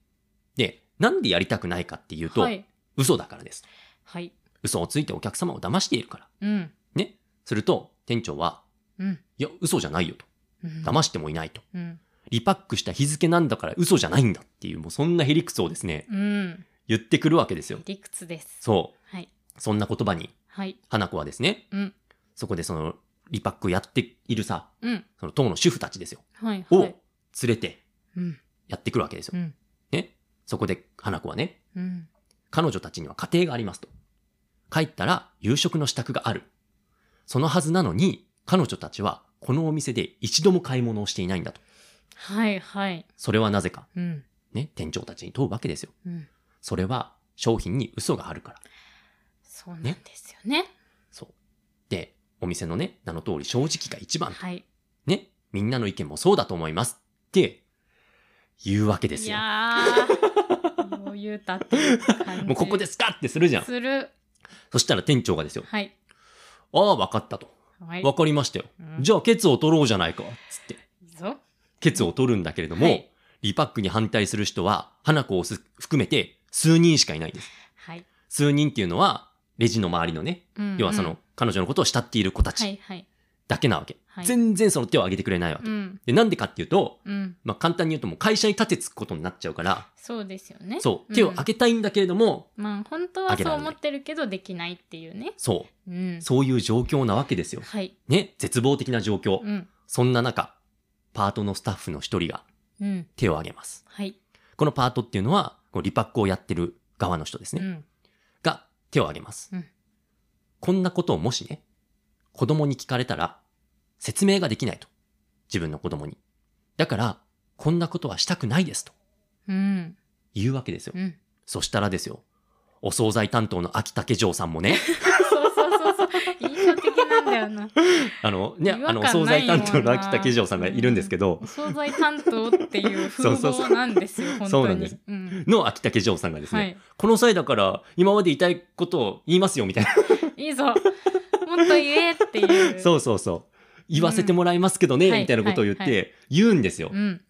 Speaker 1: で、なんでやりたくないかっていうと、
Speaker 2: はい
Speaker 1: 嘘だからです。
Speaker 2: はい
Speaker 1: 嘘をついてお客様を騙しているから。
Speaker 2: うん
Speaker 1: すると、店長は、
Speaker 2: うん
Speaker 1: いや、嘘じゃないよと。
Speaker 2: うん
Speaker 1: 騙してもいないと。
Speaker 2: うん
Speaker 1: リパックした日付なんだから嘘じゃないんだっていう、もうそんなへりくつをですね、
Speaker 2: うん
Speaker 1: 言ってくるわけですよ。
Speaker 2: 理屈です
Speaker 1: そ
Speaker 2: はい。
Speaker 1: う。そんな言葉に、
Speaker 2: はい。
Speaker 1: 花子はですね、
Speaker 2: うん
Speaker 1: そこでその、リパックやっているさ、
Speaker 2: うん。
Speaker 1: その党の主婦たちですよ。
Speaker 2: はい。
Speaker 1: を
Speaker 2: は
Speaker 1: 連
Speaker 2: い。
Speaker 1: れて
Speaker 2: うん。
Speaker 1: やってくるわけですよ。
Speaker 2: うん。
Speaker 1: ね。そこで花子はね、
Speaker 2: うん。
Speaker 1: 彼女たちには家庭がありますと。帰ったら夕食の支度がある。そのはずなのに、彼女たちはこのお店で一度も買い物をしていないんだと。
Speaker 2: はい。はい。
Speaker 1: それはなぜか、
Speaker 2: うん。
Speaker 1: ね、店長たちに問うわけですよ。
Speaker 2: うん。
Speaker 1: それは商品に嘘があるから。
Speaker 2: そうなんですよね。
Speaker 1: そう。で、お店のね、名の通り正直が一番。
Speaker 2: はい。
Speaker 1: ね、みんなの意見もそうだと思います。って、言うわけです
Speaker 2: い
Speaker 1: よ。
Speaker 2: やー。余裕たってる感じ。
Speaker 1: もうここですかってするじゃん。
Speaker 2: する。
Speaker 1: そしたら店長がですよ。
Speaker 2: はい。
Speaker 1: ああ、わかったと。
Speaker 2: はい。
Speaker 1: わかりましたよ。
Speaker 2: うん
Speaker 1: じゃあ、ケツを取ろうじゃないか。つって。
Speaker 2: いいぞ。
Speaker 1: ケツを取るんだけれども、
Speaker 2: はい
Speaker 1: リパックに反対する人は、花子をす含めて数人しかいないです。
Speaker 2: はい。
Speaker 1: 数人っていうのは、レジの周りのね、
Speaker 2: うん
Speaker 1: 要はその、。彼女のことを慕っている子た
Speaker 2: は
Speaker 1: ち
Speaker 2: い。はい。
Speaker 1: だけなわけ。
Speaker 2: はい
Speaker 1: 全然その手を挙げてくれないわけ。
Speaker 2: うん。
Speaker 1: で、なんでかっていうと、
Speaker 2: うん。
Speaker 1: まあ、簡単に言うともう会社に立てつくことになっちゃうから、
Speaker 2: そうですよね。
Speaker 1: そう、
Speaker 2: ん
Speaker 1: 手を挙げたいんだけれども、
Speaker 2: まあ、本当はそう思ってるけど、できないっていうね。
Speaker 1: そうう、
Speaker 2: ん。
Speaker 1: そういう状況なわけですよ。
Speaker 2: はい。
Speaker 1: ね、絶望的な状況。
Speaker 2: うん。
Speaker 1: そんな中、パートのスタッフの一人が
Speaker 2: うん。
Speaker 1: 手を挙げます。
Speaker 2: はい。
Speaker 1: このパートっていうのは、こうリパックをやってる側の人です
Speaker 2: う
Speaker 1: ね。
Speaker 2: ん。
Speaker 1: が手を挙げます。
Speaker 2: うん
Speaker 1: こんなことをもしね、子供に聞かれたら、説明ができないと。自分の子供に。だから、こんなことはしたくないですと
Speaker 2: うん。
Speaker 1: 言うわけですよ。
Speaker 2: うん。
Speaker 1: そしたらですよ、お惣菜担当の秋竹城さんも ね、
Speaker 2: そうそうそうそう。印象的なんだよな。
Speaker 1: あの、ね、
Speaker 2: 違和
Speaker 1: あの、お
Speaker 2: 感
Speaker 1: 惣菜担当の
Speaker 2: ないもん
Speaker 1: 秋
Speaker 2: な
Speaker 1: 竹城さんがいるんですけど
Speaker 2: お、惣菜担当っていう風
Speaker 1: そうそうそ
Speaker 2: 貌
Speaker 1: う
Speaker 2: なんですよ、本当に。
Speaker 1: そうなんです
Speaker 2: うん
Speaker 1: の秋竹城さんがですね、
Speaker 2: はい。
Speaker 1: この際だから、今まで言いたいことを言いますよ、みたいな。
Speaker 2: いいぞ。もっと言えってい う。。
Speaker 1: そううそうそう。言わせてもらいますけどね、
Speaker 2: うん
Speaker 1: みたいなことを言っ
Speaker 2: はいは
Speaker 1: て、言うんですよ。
Speaker 2: ん。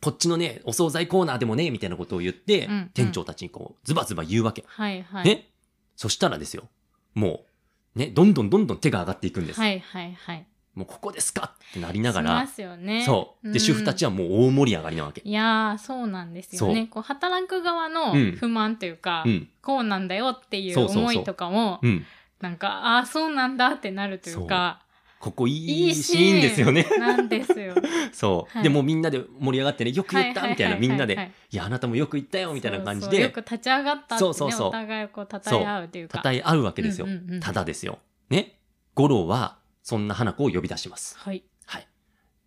Speaker 1: こっちのね、お惣菜コーナーでもね、みたいなことを言って、
Speaker 2: うん
Speaker 1: 店長たちにこう、ズバズバ言うわけ。
Speaker 2: はいはい。
Speaker 1: ねそしたらですよ、もう、ね、どんどんどんどん手が上がっていくんです。
Speaker 2: はいはいはい。
Speaker 1: もうここですかってなりなが
Speaker 2: し
Speaker 1: ら
Speaker 2: ま、すよね。
Speaker 1: そう。で、
Speaker 2: ん
Speaker 1: 主婦たちはもう大盛り上がりなわけ。
Speaker 2: いやー、そうなんですよ
Speaker 1: そう
Speaker 2: ね。こう働く側の
Speaker 1: うん
Speaker 2: 不満というか、
Speaker 1: うん。
Speaker 2: こうなんだよってい
Speaker 1: そう
Speaker 2: う
Speaker 1: そうそう
Speaker 2: 思いとかも、
Speaker 1: うん。
Speaker 2: なんか、ああ、そうなんだってなるというか、
Speaker 1: ここい
Speaker 2: い
Speaker 1: い
Speaker 2: い
Speaker 1: シ
Speaker 2: シ
Speaker 1: ー
Speaker 2: ー
Speaker 1: ン
Speaker 2: ン
Speaker 1: ですよね。
Speaker 2: なんです よ。
Speaker 1: そう。
Speaker 2: はい
Speaker 1: で、もうみんなで盛り上がってね、よく言った
Speaker 2: はいはいはいはい
Speaker 1: みたいな、みんなで、いや、あなたもよく言ったよみたいな感じ
Speaker 2: そうそうよ
Speaker 1: で
Speaker 2: く、立ち上がったって、ね、
Speaker 1: そうそうそう
Speaker 2: お互いをこう叩い合うというか
Speaker 1: 讃え合うわけですよ
Speaker 2: うん。うんうん
Speaker 1: ただですよ。ね。五郎は、そんな花子を呼び出します。
Speaker 2: はい、
Speaker 1: はい。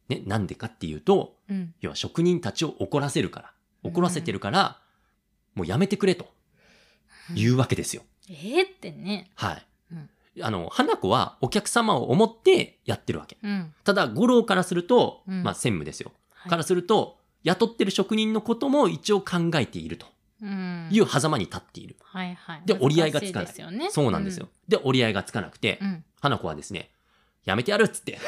Speaker 1: ね、なんでかっていうと、
Speaker 2: うん、
Speaker 1: 要は職人たちを怒らせるから、怒らせてるから、もうやめてくれというわけですよ。
Speaker 2: えー、ってね
Speaker 1: はい。
Speaker 2: うん
Speaker 1: あの、花子はお客様を思ってやってるわけ。
Speaker 2: うん
Speaker 1: ただ、五郎からすると、
Speaker 2: うん
Speaker 1: まあ専務ですよ。
Speaker 2: はい
Speaker 1: からすると、雇ってる職人のことも一応考えていると
Speaker 2: うん
Speaker 1: いう狭間に立っている。
Speaker 2: はいはい
Speaker 1: で折り合いがつかない
Speaker 2: 難しですよね
Speaker 1: そうなんですよ。、で、折り合いがつかなくて、
Speaker 2: うん
Speaker 1: 花子はですね、やめてやるっつって、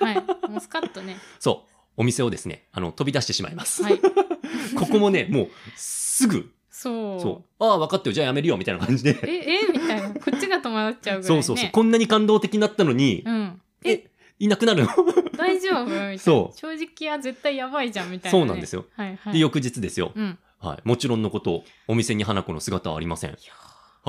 Speaker 2: うんはいもうスカッ とね
Speaker 1: そう、お店をですね、あの、飛び出してしまいます。
Speaker 2: はい
Speaker 1: ここもね、もう、すぐ、
Speaker 2: そう
Speaker 1: そう、ああ、分かったよ、じゃあやめるよ、みたいな感じで。
Speaker 2: ええみたいなこっちが戸惑っちゃうぐらい、ね、
Speaker 1: そうそうそう。こんなに感動的になったのに、
Speaker 2: うん
Speaker 1: え、いなくなるの
Speaker 2: 大丈夫みたいな
Speaker 1: そう
Speaker 2: 正直は絶対やばいじゃんみたいな、
Speaker 1: そ
Speaker 2: ね、
Speaker 1: うなんですよ。
Speaker 2: はいはい
Speaker 1: で、翌日ですよ。
Speaker 2: うん
Speaker 1: はい。もちろんのこと、お店に花子の姿はありません。
Speaker 2: いや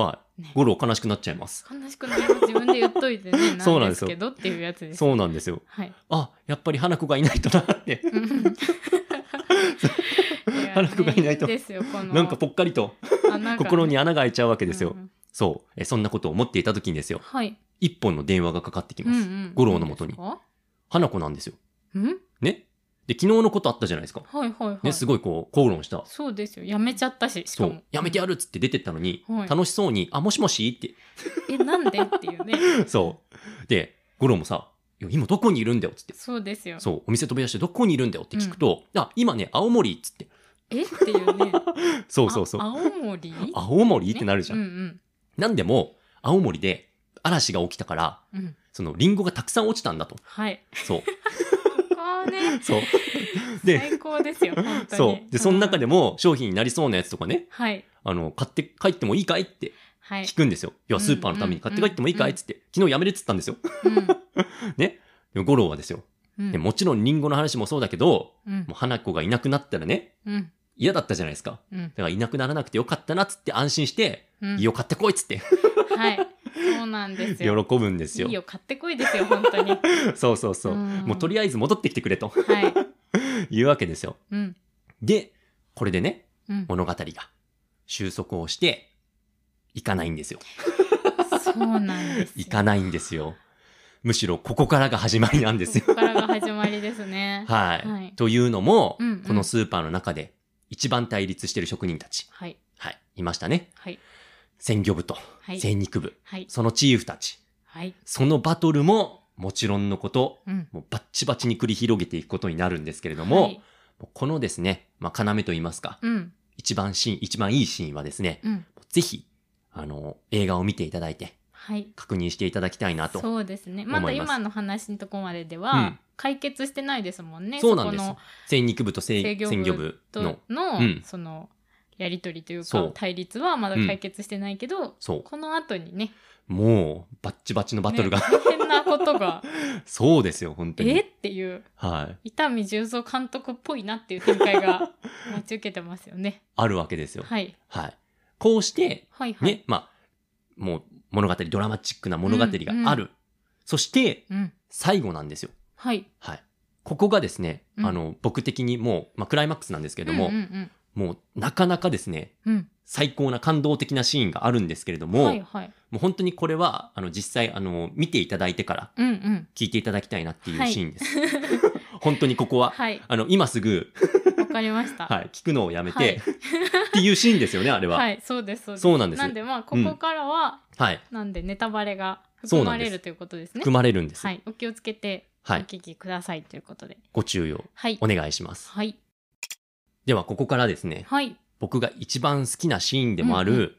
Speaker 1: はい
Speaker 2: ね。
Speaker 1: ゴロ悲しくなっちゃいます。
Speaker 2: 悲しくなります自分で言っといてね
Speaker 1: そうな
Speaker 2: なんん
Speaker 1: で
Speaker 2: ですす
Speaker 1: よ
Speaker 2: けどっていうやつです
Speaker 1: そうなんですよ。
Speaker 2: はい
Speaker 1: あ、やっぱり花子がいないとなって、腹
Speaker 2: 腹
Speaker 1: くがいないと
Speaker 2: ですよこの
Speaker 1: なんかぽっかりと
Speaker 2: あなんか
Speaker 1: 心に穴が開いちゃうわけですよ
Speaker 2: うんう。ん
Speaker 1: そう。え、そんなことを思っていた時にですよ。
Speaker 2: はい。
Speaker 1: 一本の電話がかかってきます。五郎のもとに。花子なんですよ。
Speaker 2: うんはい
Speaker 1: ね。で、昨日のことあったじゃないですか。
Speaker 2: はいはい。
Speaker 1: ね、すごいこう、口論した。
Speaker 2: そうですよ。やめちゃったし、し
Speaker 1: そ
Speaker 2: か
Speaker 1: う
Speaker 2: も。。
Speaker 1: やめてやるっつって出てったのに、
Speaker 2: はい
Speaker 1: 楽しそうに、あ、もしもしって
Speaker 2: え、なんでっていうね。
Speaker 1: そう。で、ゴロもさ、いや今どこにいるんだよっつって。
Speaker 2: そうですよ。
Speaker 1: そう、お店飛び出してどこにいるんだよって聞くと、あ、今ね、青森っつって。
Speaker 2: えっていうね
Speaker 1: そうそうそう
Speaker 2: あ。青森
Speaker 1: 青森ってなるじゃん。
Speaker 2: ねうん
Speaker 1: なんでも、青森で嵐が起きたから、
Speaker 2: うんうん
Speaker 1: そのリンゴがたくさん落ちたんだと。
Speaker 2: はい
Speaker 1: そう。
Speaker 2: ここはね
Speaker 1: そう。で、
Speaker 2: 最高ですよ本当に
Speaker 1: そう。で、その中で
Speaker 2: も
Speaker 1: も商品になりそうなやつとかね、
Speaker 2: はい
Speaker 1: あの、買って帰ってもいいかいって
Speaker 2: はい
Speaker 1: 聞くんですよ。いや、スーパーのために買って帰ってもいいかいっつって、昨日やめるっつったんですよ。
Speaker 2: うん
Speaker 1: でも、五郎はですよ。
Speaker 2: うん
Speaker 1: でもちろんリンゴの話もそうだけど、
Speaker 2: うん
Speaker 1: もう花子がいなくなったらね、
Speaker 2: うん
Speaker 1: 嫌だったじゃないですか。
Speaker 2: うん
Speaker 1: だからいなくならなくてよかったなっつって安心して、
Speaker 2: うん
Speaker 1: いいよ買ってこいっつって
Speaker 2: はいそうなんです
Speaker 1: 喜
Speaker 2: よ
Speaker 1: ぶんですよ
Speaker 2: いい。よ買ってこいですよ本当に
Speaker 1: そうそうそう。
Speaker 2: うん
Speaker 1: もうとりあえず戻ってきてくれと
Speaker 2: はい
Speaker 1: いうわけですよ。
Speaker 2: うん
Speaker 1: で、これでね、
Speaker 2: うん
Speaker 1: 物語が収束をして、行かないんですよ。
Speaker 2: そうなんですよ
Speaker 1: 行かないんですよ。むしろここからが始まりなんですよ
Speaker 2: こ。こからが始まりですね
Speaker 1: はい。
Speaker 2: はい
Speaker 1: というのも、
Speaker 2: うんうん
Speaker 1: このスーパーの中で一番対立してる職人たち、
Speaker 2: はい
Speaker 1: はい、いましたね。
Speaker 2: はい
Speaker 1: 鮮魚部と
Speaker 2: はい
Speaker 1: 鮮肉部、
Speaker 2: はい
Speaker 1: そのチーフたち、
Speaker 2: はい
Speaker 1: そのバトルももちろんのこと、
Speaker 2: うん
Speaker 1: もうバッチバチに繰り広げていくことになるんですけれども、
Speaker 2: はい
Speaker 1: もうこのですね、まあ、要といいますか、
Speaker 2: うん
Speaker 1: 一番シーン、一番いいシーンはですね、
Speaker 2: うん
Speaker 1: ぜひ、あの、映画を見ていただいて、
Speaker 2: はい
Speaker 1: 確認していただきたいなと。そう
Speaker 2: そうですね
Speaker 1: 思いま
Speaker 2: ますだ今の話のとこまでで
Speaker 1: う
Speaker 2: は
Speaker 1: ん
Speaker 2: 解決してないですもんね、
Speaker 1: なんです
Speaker 2: そこ。
Speaker 1: 鮮肉部と鮮
Speaker 2: 制御部
Speaker 1: 鮮魚部
Speaker 2: の
Speaker 1: の
Speaker 2: と、の、
Speaker 1: うん
Speaker 2: そのやり取りという
Speaker 1: そ
Speaker 2: か
Speaker 1: う
Speaker 2: 対立はまだ解決してないけど、
Speaker 1: そ
Speaker 2: この後にね
Speaker 1: う、もう、バッチバチのバトルが、
Speaker 2: ね大変なことが
Speaker 1: そうですよ、本当
Speaker 2: え
Speaker 1: に。
Speaker 2: っていう
Speaker 1: はい。
Speaker 2: 伊丹十三監督っぽいなっていう展 開が待ち受けてますよね。
Speaker 1: あるわけですよ。はい。
Speaker 2: はい、
Speaker 1: こうして、
Speaker 2: はい、はい、
Speaker 1: ね、まあ、もう、物語、ドラマチックな物語がある。そして、
Speaker 2: うん、
Speaker 1: 最後なんですよ。
Speaker 2: はい、
Speaker 1: はい。ここがですね、
Speaker 2: うん
Speaker 1: あの、僕的にもう、まあ、クライマックスなんですけれども、
Speaker 2: うんうん
Speaker 1: もう、なかなかですね、
Speaker 2: うん、
Speaker 1: 最高な感動的なシーンがあるんですけれど
Speaker 2: うん
Speaker 1: も、
Speaker 2: はい、はい、
Speaker 1: もう本当にこれは、あの、実際、あの、見ていただいてから
Speaker 2: うん、うん、
Speaker 1: 聞いていただきたいなってい
Speaker 2: は
Speaker 1: う
Speaker 2: い
Speaker 1: シーンです。 本当にここは、
Speaker 2: はい、
Speaker 1: あの、今すぐ、
Speaker 2: わかりました。
Speaker 1: はい、聞くのをやめて、
Speaker 2: はい
Speaker 1: っていうシーンですよね、あれは。
Speaker 2: は
Speaker 1: はい。
Speaker 2: い、そうです、そうです。
Speaker 1: そうなんです
Speaker 2: なんで、まあ、ここからは、なんでネタバレが含まれるということですね。
Speaker 1: 含まれるんです。
Speaker 2: はい、お気をつけてお
Speaker 1: はい。
Speaker 2: 聞きくださいということで。
Speaker 1: ご注意を
Speaker 2: はい。
Speaker 1: お願いします。
Speaker 2: はい。
Speaker 1: では、ここからですね、
Speaker 2: はい。
Speaker 1: 僕が一番好きなシーンでもある、
Speaker 2: うんう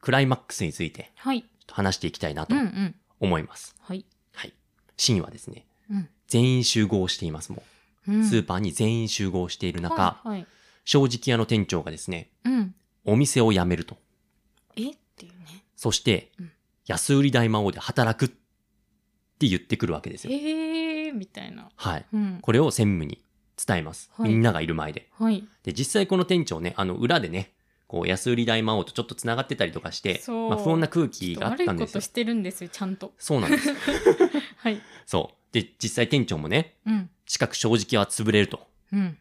Speaker 1: クライマックスについて
Speaker 2: はい。
Speaker 1: ちょっと話していきたいな
Speaker 2: う
Speaker 1: と
Speaker 2: んうん。
Speaker 1: 思います。
Speaker 2: はい。
Speaker 1: はい。シーンはですね、
Speaker 2: うん
Speaker 1: 全員集合しています、も
Speaker 2: う
Speaker 1: う。
Speaker 2: ん。
Speaker 1: スーパーに全員集合している中、
Speaker 2: はいはい。
Speaker 1: 正直屋の店長がですね、
Speaker 2: うん。
Speaker 1: お店を辞めると。
Speaker 2: えっていうね。
Speaker 1: そして、
Speaker 2: うん
Speaker 1: 安売り大魔王で働くって言ってくるわけですよ。
Speaker 2: えー、みたいな。
Speaker 1: はい。
Speaker 2: うん。
Speaker 1: これを専務に伝えます。
Speaker 2: はい
Speaker 1: みんながいる前で。
Speaker 2: はい。
Speaker 1: で、実際この店長ね、あの、裏でね、こう、安売り大魔王とちょっと繋がってたりとかして、
Speaker 2: そう
Speaker 1: まあ、不穏な空気
Speaker 2: ちょっ
Speaker 1: が
Speaker 2: と
Speaker 1: あっ
Speaker 2: 悪
Speaker 1: た
Speaker 2: い
Speaker 1: ん
Speaker 2: こ
Speaker 1: です
Speaker 2: と
Speaker 1: よ
Speaker 2: し。てるんですよ、ちゃんと。
Speaker 1: そうなん です。
Speaker 2: はい。
Speaker 1: そう。で、実際店長もね、
Speaker 2: うん。
Speaker 1: 近く正直屋は潰れると。
Speaker 2: うん。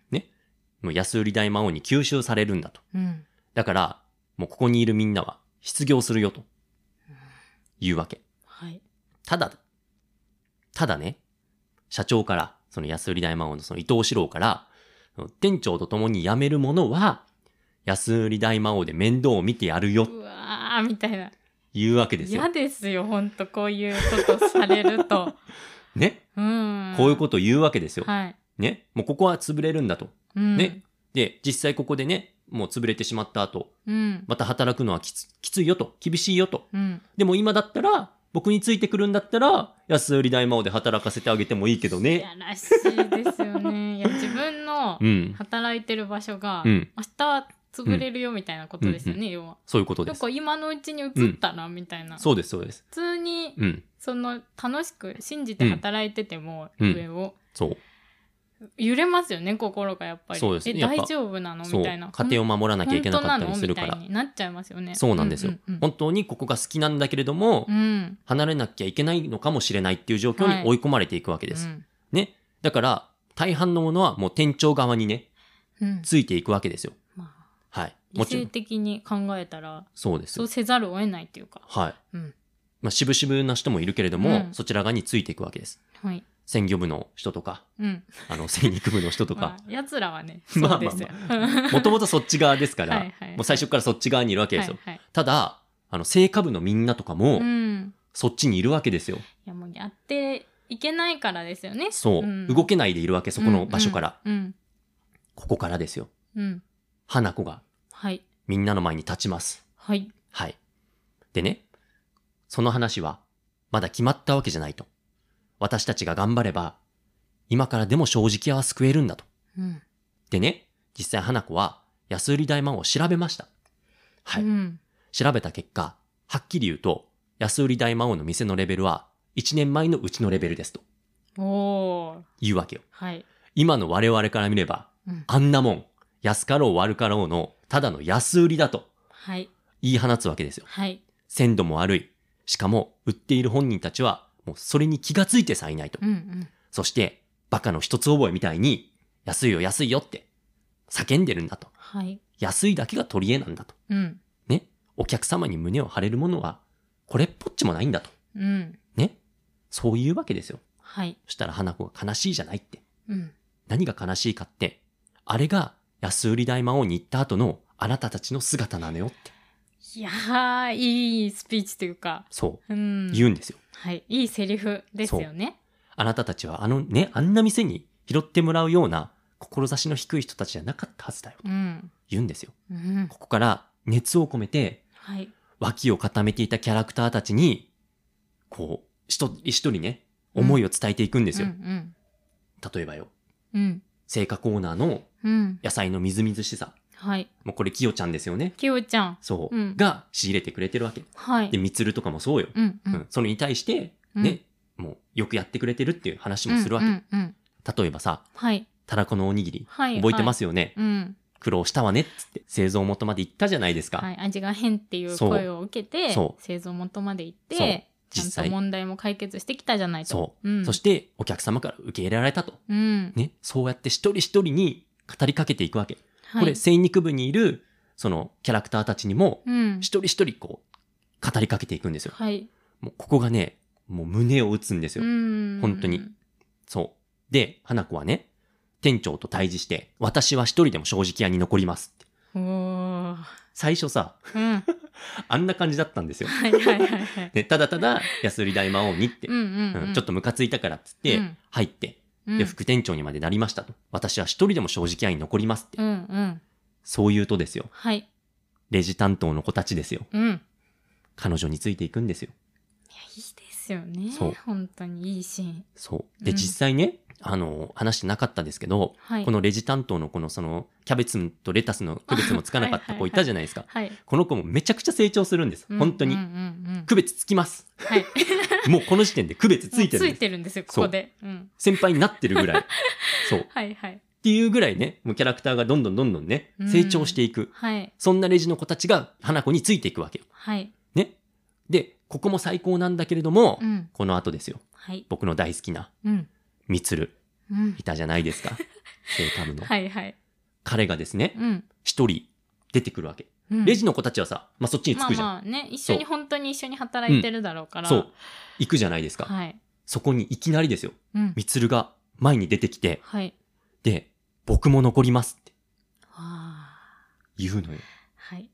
Speaker 1: もう安売り大魔王に吸収されるんだと。
Speaker 2: うん。
Speaker 1: だから、もうここにいるみんなは失業するよというわけ。
Speaker 2: はい。
Speaker 1: ただ、ただね、社長から、その安売り大魔王のその伊藤四郎から、その店長と共に辞める者は、安売り大魔王で面倒を見てやるよ、
Speaker 2: うわー、みたいな。
Speaker 1: いうわけですよ
Speaker 2: 嫌。ですよ、ほんと、こういうことされると。
Speaker 1: ね。
Speaker 2: うん。
Speaker 1: こういうことを言うわけですよ。
Speaker 2: はい。
Speaker 1: ね。もうここは潰れるんだと。
Speaker 2: うん。
Speaker 1: ね。で、実際ここでね、もう潰れてしまった後、
Speaker 2: うん。
Speaker 1: また働くのはきつきついよと、厳しいよと。
Speaker 2: うん。
Speaker 1: でも今だったら、僕についてくるんだったら、安売り大魔王で働かせてあげてもいいけど
Speaker 2: い
Speaker 1: ね。
Speaker 2: やらしいです よね。いや、自分の
Speaker 1: うん。
Speaker 2: 働いてる場所が、
Speaker 1: うん。
Speaker 2: 明日は潰れるよみたいなことですよね、要は。
Speaker 1: そういうことで
Speaker 2: なん
Speaker 1: す。
Speaker 2: か今のうちに移ったらみたいな、普
Speaker 1: そうです、そうです。
Speaker 2: 通に
Speaker 1: うん。
Speaker 2: その楽しく信じて働いてても、
Speaker 1: うん
Speaker 2: 上を
Speaker 1: そう。
Speaker 2: 揺れますよね心がやっぱり
Speaker 1: そうですね
Speaker 2: え
Speaker 1: やっぱ
Speaker 2: 大丈夫なの
Speaker 1: そう
Speaker 2: みた
Speaker 1: 家
Speaker 2: いな
Speaker 1: 庭を守らなきゃいけなかったりするか
Speaker 2: 本当なの
Speaker 1: ら
Speaker 2: みたいになっちゃいますよね
Speaker 1: そうなんですよ、
Speaker 2: うんうん
Speaker 1: 本当にここが好きなんだけれども、
Speaker 2: うんうん
Speaker 1: 離れなきゃいけないのかもしれないっていう状況に追い込まれていくわけです、
Speaker 2: うん
Speaker 1: ねだから大半のものはもう店長側にね
Speaker 2: うん
Speaker 1: ついていくわけですよ
Speaker 2: まあ
Speaker 1: はい
Speaker 2: 理
Speaker 1: もちろ
Speaker 2: 性
Speaker 1: ん
Speaker 2: 的に考えたら
Speaker 1: そうです
Speaker 2: そうせざるを得ないというか、
Speaker 1: はい、
Speaker 2: うん
Speaker 1: まあ、渋々な人もいるけれども、
Speaker 2: うん
Speaker 1: そちら側についていくわけです
Speaker 2: はい
Speaker 1: 鮮魚部の人とか
Speaker 2: うん、
Speaker 1: あ の精肉部の人とか
Speaker 2: まあ、やつらはね
Speaker 1: ま
Speaker 2: そ
Speaker 1: あ
Speaker 2: う
Speaker 1: まあまあ
Speaker 2: ですよ、
Speaker 1: もともとそっち側ですから
Speaker 2: はいはいはい
Speaker 1: もう最初からそっち側にいるわけですよ、
Speaker 2: はいはい
Speaker 1: ただあの成果部のみんなとかも、
Speaker 2: うん
Speaker 1: そっちにいるわけですよ
Speaker 2: いやもうやっていけないからですよね。
Speaker 1: そう、
Speaker 2: うん
Speaker 1: 動けないでいるわけ、そこの場所から。
Speaker 2: うん。
Speaker 1: ここからですよ。
Speaker 2: うん。
Speaker 1: 花子が
Speaker 2: はい。
Speaker 1: みんなの前に立ちます。
Speaker 2: はい。
Speaker 1: はい。でね、その話はまだ決まったわけじゃないと。私たちが頑張れば、今からでも正直屋は救えるんだと。
Speaker 2: うん。
Speaker 1: でね、実際花子は安売り大魔王を調べました。はい。
Speaker 2: うん。
Speaker 1: 調べた結果、はっきり言うと、安売り大魔王の店のレベルは、1年前のうちのレベルですと
Speaker 2: おー。
Speaker 1: いうわけよ。
Speaker 2: はい。
Speaker 1: 今の我々から見れば、
Speaker 2: うん。
Speaker 1: あんなもん、安かろう悪かろうの、ただの安売りだと
Speaker 2: はい。
Speaker 1: 言い放つわけですよ。
Speaker 2: はい。
Speaker 1: 鮮度も悪い。しかも、売っている本人たちは、もうそれに気がついてさえいないと。
Speaker 2: うん。うん。
Speaker 1: そして、バカの一つ覚えみたいに、安いよ安いよって、叫んでるんだと。
Speaker 2: はい。
Speaker 1: 安いだけが取り柄なんだと。
Speaker 2: うん。
Speaker 1: ね。お客様に胸を張れるものは、これっぽっちもないんだと。
Speaker 2: うん。
Speaker 1: ね。そういうわけですよ。
Speaker 2: はい。
Speaker 1: そしたら花子が悲しいじゃないって。
Speaker 2: うん。
Speaker 1: 何が悲しいかって、あれが安売り大魔王に行った後のあなたたちの姿なのよって。
Speaker 2: いやー、いいスピーチというか、
Speaker 1: そうう、
Speaker 2: ん。
Speaker 1: 言うんですよ。
Speaker 2: はい。いいセリフですよね。
Speaker 1: あなたたちはあのね、あんな店に拾ってもらうような志の低い人たちじゃなかったはずだよ。
Speaker 2: うん。
Speaker 1: 言うんですよ。
Speaker 2: うん。
Speaker 1: ここから熱を込めて、
Speaker 2: はい。
Speaker 1: 脇を固めていたキャラクターたちに、こう、一人一人ね、思いを伝えていくんですよ。
Speaker 2: うん。
Speaker 1: 例えばよ、
Speaker 2: うん。うん。
Speaker 1: 青果コーナーの
Speaker 2: うん。
Speaker 1: 野菜のみずみずしさ。
Speaker 2: はい。
Speaker 1: もうこれ、キヨちゃんですよね。
Speaker 2: きよちゃん。
Speaker 1: そう。
Speaker 2: うん
Speaker 1: が仕入れてくれてるわけ。
Speaker 2: はい。
Speaker 1: で、みつるとかもそうよ。
Speaker 2: うんう
Speaker 1: うんん。それに対して、
Speaker 2: うん
Speaker 1: ね、もうよくやってくれてるっていう話もするわけ。
Speaker 2: うんうんうん
Speaker 1: 例えばさ、
Speaker 2: はい。
Speaker 1: たらこのおにぎり、
Speaker 2: はい。。
Speaker 1: 覚えてますすよね、
Speaker 2: うん。
Speaker 1: 苦労したわねっつって、製造元まで行ったじゃないですか。
Speaker 2: はい。味が変っていう
Speaker 1: そう
Speaker 2: 声を受けて
Speaker 1: そ、う
Speaker 2: 製造元まで行っ
Speaker 1: そう
Speaker 2: て、ち
Speaker 1: 実
Speaker 2: ゃ
Speaker 1: 際
Speaker 2: んと問題も解決してきたじゃないと。。
Speaker 1: そう
Speaker 2: ん。
Speaker 1: そして、お客様から受け入れられたと。
Speaker 2: うん。
Speaker 1: ね、そうやって一人一人に語りかけていくわけ。
Speaker 2: はい
Speaker 1: これ、精肉部にいる、そのキャラクターたちにも、
Speaker 2: うん。
Speaker 1: 一人一人こう、語りかけていくんですよ。
Speaker 2: はい。
Speaker 1: もうここがね、もう胸を打つんですよ。
Speaker 2: うん。
Speaker 1: 本当に。そう。で、花子はね、店長と対峙して、私は一人でも正直屋に残りますって。
Speaker 2: おー。
Speaker 1: 最初さ、
Speaker 2: うん。は
Speaker 1: あんな感じだったん ですよ。
Speaker 2: いはいはいはい。
Speaker 1: ね、ただただ、安売り大魔王にって、
Speaker 2: うんうん
Speaker 1: う
Speaker 2: うんん。
Speaker 1: ちょっとムカついたからっつって
Speaker 2: うん、
Speaker 1: 入って、
Speaker 2: うん、
Speaker 1: で、副店長にまでなりましたと。私は一人でも正直屋に残りますって。
Speaker 2: うんうん。
Speaker 1: そう言うとですよ、
Speaker 2: はい。
Speaker 1: レジ担当の子たちですよ。
Speaker 2: うん。いや、いい
Speaker 1: 彼女についていくんですよ。
Speaker 2: ですよね
Speaker 1: そう。
Speaker 2: 本当にいいシーン。
Speaker 1: そう。で、
Speaker 2: うん
Speaker 1: 実際ね、あの、話してなかったですけど、
Speaker 2: はい。
Speaker 1: このレジ担当のこのその、キャベツとレタ スの区別もつかなかった子いたじゃないですか。
Speaker 2: はい。
Speaker 1: この子もめちゃくちゃ成長するんです。
Speaker 2: うん
Speaker 1: 本当に。
Speaker 2: うんうんうん。
Speaker 1: 区別つきます。
Speaker 2: はい。
Speaker 1: もうこの時点で区別ついてるん
Speaker 2: も
Speaker 1: で
Speaker 2: うつい
Speaker 1: す。
Speaker 2: てるんですよ、こ
Speaker 1: そう
Speaker 2: こで。うん。
Speaker 1: 先輩になってるぐら い。そう。っ
Speaker 2: はいはい。
Speaker 1: ていうぐらいね、もうキャラクターがどんどんどんどんね
Speaker 2: う、ん
Speaker 1: 成長していく。
Speaker 2: はい。
Speaker 1: そんなレジの子たちが花子についていくわけよ。
Speaker 2: はい。
Speaker 1: ね。で、ここも最高なんだけれども、
Speaker 2: うん。
Speaker 1: この後ですよ。
Speaker 2: はい。
Speaker 1: 僕の大好きな、
Speaker 2: うん。
Speaker 1: みつる、
Speaker 2: うん
Speaker 1: い。たじゃない ですか。セイカムの。
Speaker 2: はいはい。
Speaker 1: 彼がですね、
Speaker 2: うん。
Speaker 1: 一人出てくるわけ。
Speaker 2: うん
Speaker 1: レジの子たちはさ、まあ、そっちにつくじゃん。
Speaker 2: まあまあね、一緒
Speaker 1: そ
Speaker 2: に、本当に一緒に働いてるだろうから。
Speaker 1: そう。。行くじゃないですか。
Speaker 2: はい。
Speaker 1: そこにいきなりですよ。
Speaker 2: うん。
Speaker 1: みつるが前に出てきて、
Speaker 2: はい。
Speaker 1: で、僕も残りますって
Speaker 2: あ
Speaker 1: 言うのよ。
Speaker 2: ーはい。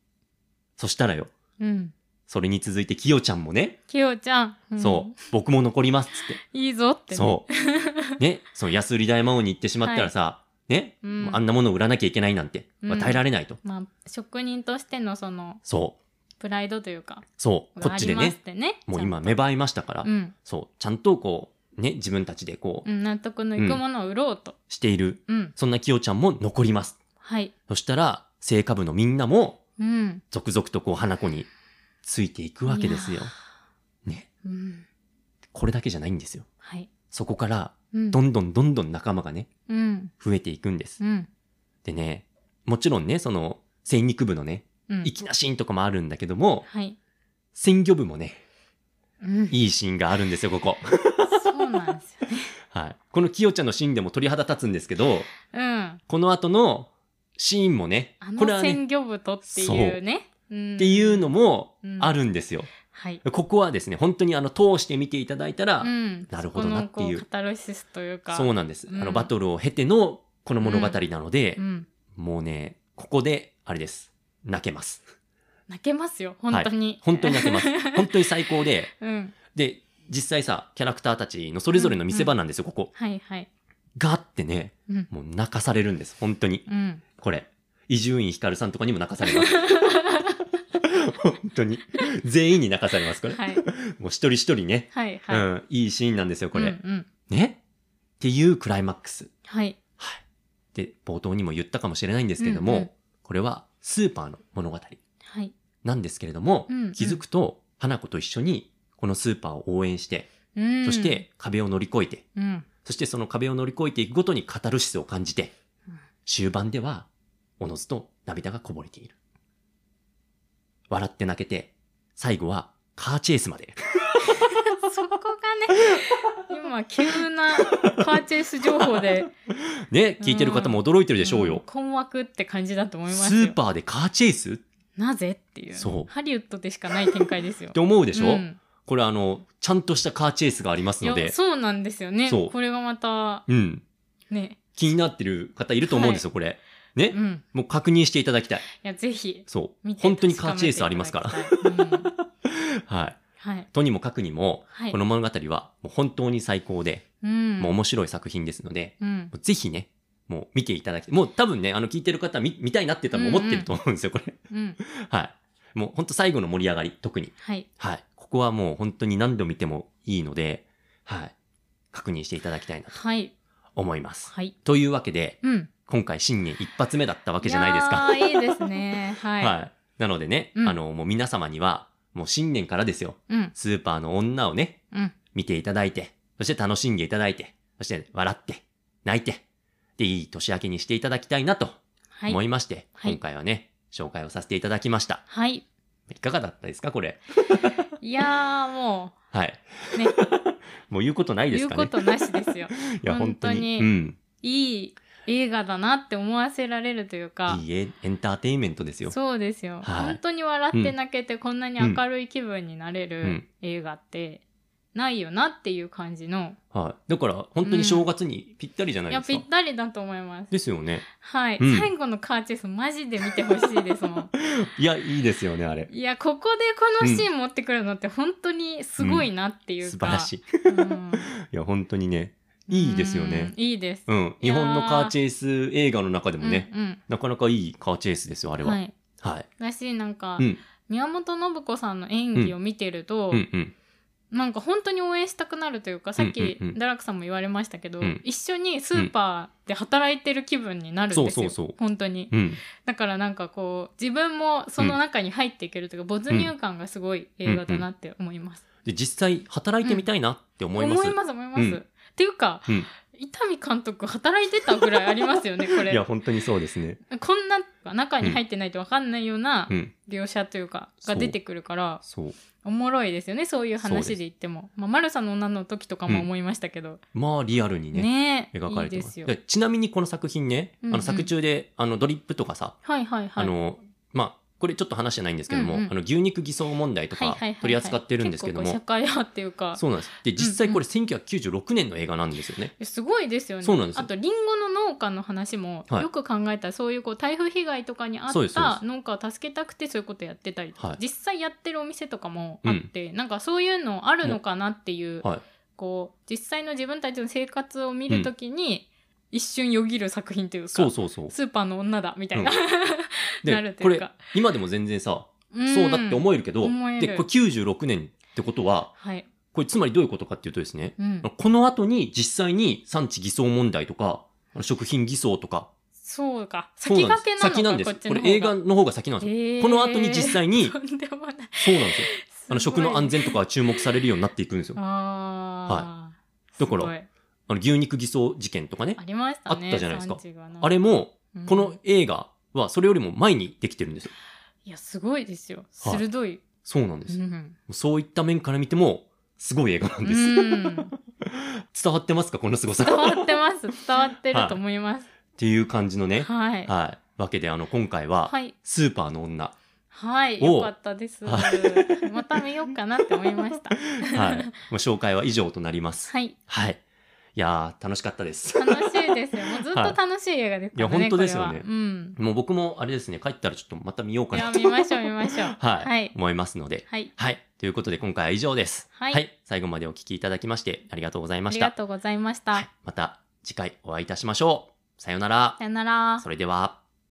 Speaker 1: そしたらよ、
Speaker 2: うん。
Speaker 1: それに続いてきよちゃんもね、
Speaker 2: きよちゃん。ん
Speaker 1: そう、僕も残りますっつっ
Speaker 2: いいぞって
Speaker 1: て。
Speaker 2: ね。
Speaker 1: そう。ね、その安売り大魔王に行ってしまったらさ、ね、
Speaker 2: うん
Speaker 1: もうあんなものを売らなきゃいけないなんて、
Speaker 2: うん
Speaker 1: まあ耐えられないと。
Speaker 2: まあ、職人としてのその、
Speaker 1: そう、
Speaker 2: プライドというか、
Speaker 1: そう、こっちで
Speaker 2: があり
Speaker 1: ね
Speaker 2: ます、てね。
Speaker 1: もう今
Speaker 2: ち
Speaker 1: 芽生えましたから、
Speaker 2: ゃんとうん。
Speaker 1: そう、ちゃんとこう、ね、自分たちでこう、
Speaker 2: うん納得のいくものを売ろうと。
Speaker 1: している、
Speaker 2: うん。
Speaker 1: そんなきよちゃんも残ります。
Speaker 2: はい。
Speaker 1: そしたら、成果部のみんなも、
Speaker 2: うん。
Speaker 1: 続々とこう、花子についていくわけですよ
Speaker 2: いや。
Speaker 1: ね。
Speaker 2: うん。
Speaker 1: これだけじゃないんですよ。
Speaker 2: はい。
Speaker 1: そこから、
Speaker 2: うん
Speaker 1: どんどんどんどん仲間がね、
Speaker 2: うん。
Speaker 1: 増えていくんです
Speaker 2: う。ん。
Speaker 1: でね、もちろんね、その、戦肉部のね、
Speaker 2: うん。
Speaker 1: 粋なシーンとかもあるんだけども、
Speaker 2: はい。
Speaker 1: 鮮魚部もね、
Speaker 2: うん。
Speaker 1: いいシーンがあるんですよ、ここ。
Speaker 2: そうなんですよね。
Speaker 1: はい。このキヨちゃんのシーンでも鳥肌立つんですけど、
Speaker 2: うん。
Speaker 1: この後のシーンもね
Speaker 2: あ、
Speaker 1: これ
Speaker 2: の
Speaker 1: はね、
Speaker 2: 鮮魚部とっていうね。うん
Speaker 1: っていうの。も
Speaker 2: うん
Speaker 1: あるんですよ。
Speaker 2: はい。
Speaker 1: ここはですね、本当にあの、通して見ていただいたら、
Speaker 2: うん。
Speaker 1: なるほどなっていう
Speaker 2: そこのこカタルシスというか。
Speaker 1: そうなんです。
Speaker 2: うん
Speaker 1: あの、バトルを経ての、この物語なので
Speaker 2: う、ん。
Speaker 1: もうね、ここで、あれです。泣けます。
Speaker 2: 泣けますよ、本当に。
Speaker 1: 本当に泣け ます。本当に最高で、
Speaker 2: うん。
Speaker 1: で、実際さ、キャラクターたちのそれぞれの見せ場なんですよ、ここ。
Speaker 2: はいはい。
Speaker 1: があってね、
Speaker 2: うん。
Speaker 1: もう泣かされるんです、本当に。
Speaker 2: うん。
Speaker 1: これ。伊集院光さんとかにも泣かされ ます。本当に。全員に泣かされます、これ。
Speaker 2: はい
Speaker 1: もう一人一人ね、
Speaker 2: はいは
Speaker 1: う
Speaker 2: い、
Speaker 1: ん、いいシーンなんですよ、これ。
Speaker 2: うんうん
Speaker 1: ねっていうクライマックス。
Speaker 2: はい
Speaker 1: はい。で、冒頭にも言ったかもしれないんですけれども、
Speaker 2: うんうん
Speaker 1: これはスーパーの物語
Speaker 2: はい
Speaker 1: なんですけれども、
Speaker 2: うんうん
Speaker 1: 気づくと、花子と一緒にこのスーパーを応援して、
Speaker 2: うん
Speaker 1: そして壁を乗り越えて、
Speaker 2: うん
Speaker 1: そしてその壁を乗り越えていくごとにカタルシスを感じて
Speaker 2: うん、
Speaker 1: 終盤では、おのずと涙がこぼれている。笑って泣けて、最後はカーチェイスまで。
Speaker 2: そこがね今急なパーチェイス情報で
Speaker 1: ね、聞いてる方も驚いてるでしょう
Speaker 2: うん
Speaker 1: よ。
Speaker 2: 困惑って感じだと思います
Speaker 1: ス
Speaker 2: よ
Speaker 1: ーパーでカーチェイスっ
Speaker 2: なぜっていう
Speaker 1: そう
Speaker 2: ハリウッドでしかない展開ですよ
Speaker 1: て思うでしょ、
Speaker 2: うん
Speaker 1: これあの、ちゃんとしたカーチェイスがあります
Speaker 2: い
Speaker 1: の
Speaker 2: や
Speaker 1: で、
Speaker 2: そうなんですよね
Speaker 1: そう
Speaker 2: これがまた
Speaker 1: うん。
Speaker 2: ね
Speaker 1: 気になってる方いると思うんですよ、これ。ね、
Speaker 2: うん
Speaker 1: もう確認していただきたい。
Speaker 2: いやぜひ
Speaker 1: そう
Speaker 2: 見。て
Speaker 1: 本当にカーチェイスありますから。
Speaker 2: 確かめていただきたいうん
Speaker 1: はい。
Speaker 2: はい
Speaker 1: とにもかくにも、
Speaker 2: はい
Speaker 1: この物語はもう本当に最高で、
Speaker 2: うん
Speaker 1: もう面白い作品ですので、
Speaker 2: うん
Speaker 1: もうぜひね、もう見ていただき、もう多分ね、あの聞いてる方見見たいなって多分思ってると思うんですよ、これ。
Speaker 2: うん
Speaker 1: はい。もう本当最後の盛り上がり、特に。
Speaker 2: はい
Speaker 1: はい。ここはもう本当に何度見てもいいので、はい。確認していただきたいなと
Speaker 2: はい
Speaker 1: 思います。
Speaker 2: はい
Speaker 1: というわけで、
Speaker 2: うん
Speaker 1: 今回新年一発目だったわけじゃないですか。
Speaker 2: いやーいいですねはい、
Speaker 1: はい。なのでね、
Speaker 2: うん
Speaker 1: あの、もう皆様には、もう新年からですよ、
Speaker 2: うん
Speaker 1: スーパーの女をね、
Speaker 2: うん
Speaker 1: 見ていただいて、そして楽しんでいただいて、そして笑って、泣いて、で、いい年明けにしていただきたいなと
Speaker 2: はい
Speaker 1: 思いまして、
Speaker 2: はい
Speaker 1: 今回はね、紹介をさせていただきました。
Speaker 2: はい
Speaker 1: いかがだったですか、これ。
Speaker 2: いやーも
Speaker 1: はい。
Speaker 2: うね
Speaker 1: もう言うことないです
Speaker 2: 言う
Speaker 1: か
Speaker 2: こ
Speaker 1: ね。
Speaker 2: となしですよ
Speaker 1: いや、本
Speaker 2: 本
Speaker 1: 当
Speaker 2: 当
Speaker 1: に。
Speaker 2: に
Speaker 1: うん。
Speaker 2: いい映画だなって思わせられるというか
Speaker 1: いいえエンターテインメントですよ。
Speaker 2: そうですよ、
Speaker 1: はい
Speaker 2: 本当に笑って泣けてこんなに明るい気分になれ
Speaker 1: うんう
Speaker 2: る
Speaker 1: ん
Speaker 2: 映画ってないよなっていう感じの、
Speaker 1: はい。だから、本当に正月にぴったりじゃないで
Speaker 2: いや
Speaker 1: すか。
Speaker 2: ぴったりだと思います
Speaker 1: ですよね。
Speaker 2: はい、
Speaker 1: うん
Speaker 2: 最後のカーチェイスマジで見てほしいです もん
Speaker 1: いや、いいですよね、あれ。
Speaker 2: いやここでこのシーン持ってくるのって本当にすごいなっていう
Speaker 1: 素晴
Speaker 2: か、
Speaker 1: らしい。
Speaker 2: うん
Speaker 1: いや、本当にね、いいですよね。
Speaker 2: うんいいです、
Speaker 1: うん。日
Speaker 2: いやー
Speaker 1: 本のカーチェイス映画の中でもね、
Speaker 2: うん
Speaker 1: なかなかいいカーチェイスですよ、あ
Speaker 2: う
Speaker 1: れ
Speaker 2: ん
Speaker 1: は。
Speaker 2: は
Speaker 1: はい。
Speaker 2: いだしなんか、
Speaker 1: うん。
Speaker 2: 宮本信子さんの演技を見てると、
Speaker 1: うんうん。
Speaker 2: なんか本当に応援したくなるというかさっき
Speaker 1: うんうんうん
Speaker 2: 堕落さんも言われましたけど、
Speaker 1: うん
Speaker 2: 一緒にスーパーで働いてる気分になるんですよ、
Speaker 1: うんそうそうそう
Speaker 2: 本当に
Speaker 1: うん。
Speaker 2: だからなんかこう自分もその中に入っていけるというか、没入感がすごい映画だなって思います、
Speaker 1: で、実際、働いてみたいなって思いま
Speaker 2: 思
Speaker 1: す。
Speaker 2: います思います、
Speaker 1: うん
Speaker 2: っていうか
Speaker 1: うん。
Speaker 2: 伊丹監督働いてたぐらいありますよねこ
Speaker 1: いや、
Speaker 2: れ
Speaker 1: 本当にそうですね。
Speaker 2: こんな中に入ってないと分かんないような
Speaker 1: うん。
Speaker 2: 描写というか
Speaker 1: そう
Speaker 2: が出てくるから
Speaker 1: そう。
Speaker 2: おもろいですよねそういう
Speaker 1: そうです
Speaker 2: 話で言っても、まあ、マルサの女の時とかも思いましたけど、
Speaker 1: まあ、リアルにね、
Speaker 2: ね
Speaker 1: 描かれて
Speaker 2: いい
Speaker 1: ま
Speaker 2: ですすよ。
Speaker 1: でちなみにこの作品ね、
Speaker 2: うんうん
Speaker 1: あの作中で、あの、ドリップとかさ、
Speaker 2: はいはいはい。
Speaker 1: あの、まあ、これちょっと話じゃないんですけども、
Speaker 2: うんうん
Speaker 1: あの牛肉偽装問題と
Speaker 2: はいはい
Speaker 1: か
Speaker 2: はいはい
Speaker 1: 取り扱ってるんですけど
Speaker 2: 結
Speaker 1: も
Speaker 2: 構、こう社会派っていうか、
Speaker 1: そうなんです。で、実際これ1996年の映画なんですよね。
Speaker 2: すごいですよね。
Speaker 1: そうなんですよ
Speaker 2: あと、リンゴの農家の話も、
Speaker 1: はい
Speaker 2: よく考えたら、そういうこう台風被害とかにあっ
Speaker 1: そうですそうで
Speaker 2: た農家を助けたくて、そういうことやってたりとか、
Speaker 1: はい
Speaker 2: 実際やってるお店とかもあって、なんかそういうのあるのかなっていう、
Speaker 1: はい。
Speaker 2: こう、実際の自分たちの生活を見るときに、一瞬よぎる作品というか、
Speaker 1: そうそうそう。
Speaker 2: スーパーの女だみたいな、
Speaker 1: う
Speaker 2: な
Speaker 1: で
Speaker 2: る、
Speaker 1: こと
Speaker 2: いう
Speaker 1: れ
Speaker 2: か、
Speaker 1: 今でも全然さ、そうだって
Speaker 2: うん
Speaker 1: 思えるけど、
Speaker 2: 思える
Speaker 1: で、これ96年ってことは、
Speaker 2: はい。
Speaker 1: これつまりどういうことかっていうとですね、
Speaker 2: うん。
Speaker 1: この後に実際に産地偽装問題とか、あの食品偽装とか、
Speaker 2: そうか。
Speaker 1: そう
Speaker 2: 先
Speaker 1: なんです。先なんで
Speaker 2: 駆けなのかこ
Speaker 1: す。
Speaker 2: っち
Speaker 1: これ
Speaker 2: の方が
Speaker 1: 映画の方が先なんですよ。
Speaker 2: へー
Speaker 1: この後に実際に
Speaker 2: とんでもない。
Speaker 1: そうなんですよ。あの
Speaker 2: すご
Speaker 1: 食
Speaker 2: い
Speaker 1: の安全とかが注目されるようになっていくんですよ。
Speaker 2: あー
Speaker 1: だから
Speaker 2: すごい
Speaker 1: あの牛肉偽装事件とかね
Speaker 2: あ。りましたね。
Speaker 1: あったじゃないですか
Speaker 2: 産地がな
Speaker 1: あれも、
Speaker 2: うん
Speaker 1: この映画はそれよりも前にできてるんですよ。
Speaker 2: いや、すごいですよ。
Speaker 1: はい
Speaker 2: 鋭い。
Speaker 1: そうなんです。
Speaker 2: うん。
Speaker 1: そういった面から見ても、すごい映画なん
Speaker 2: う
Speaker 1: です。
Speaker 2: ん
Speaker 1: 伝わってますかこの凄さ。
Speaker 2: 伝
Speaker 1: っ
Speaker 2: わってます。伝わってると思います。
Speaker 1: ていう感じのね。
Speaker 2: はい。はい。
Speaker 1: はい。わけで、あの、今回は、
Speaker 2: はい。
Speaker 1: スーパーの女。
Speaker 2: はい
Speaker 1: お
Speaker 2: よかったです
Speaker 1: は。
Speaker 2: また見ようかなって思いました。
Speaker 1: はい。もう紹介は以上となります。
Speaker 2: はい。
Speaker 1: はい。いやー、楽しかった です。
Speaker 2: 楽しいですよ。もうずっと楽しい映画ですからね。
Speaker 1: はいいや本当ですよね
Speaker 2: これはうん。
Speaker 1: もう僕も、あれですね、帰ったらちょっとまた見ようか
Speaker 2: いや、
Speaker 1: な
Speaker 2: 見
Speaker 1: と。
Speaker 2: ましょう、見ましょう。
Speaker 1: はい、
Speaker 2: はい。
Speaker 1: 思いますので。
Speaker 2: はい。
Speaker 1: はい。ということで、今回は以上です。
Speaker 2: はい
Speaker 1: 最後までお聞きいただきまして、ありがとうござい
Speaker 2: あ
Speaker 1: まし
Speaker 2: り
Speaker 1: た。
Speaker 2: がとうございまし
Speaker 1: は
Speaker 2: た
Speaker 1: い。また次回お会いいたしましょう。さようなら
Speaker 2: さ。よなら
Speaker 1: そ。れでは。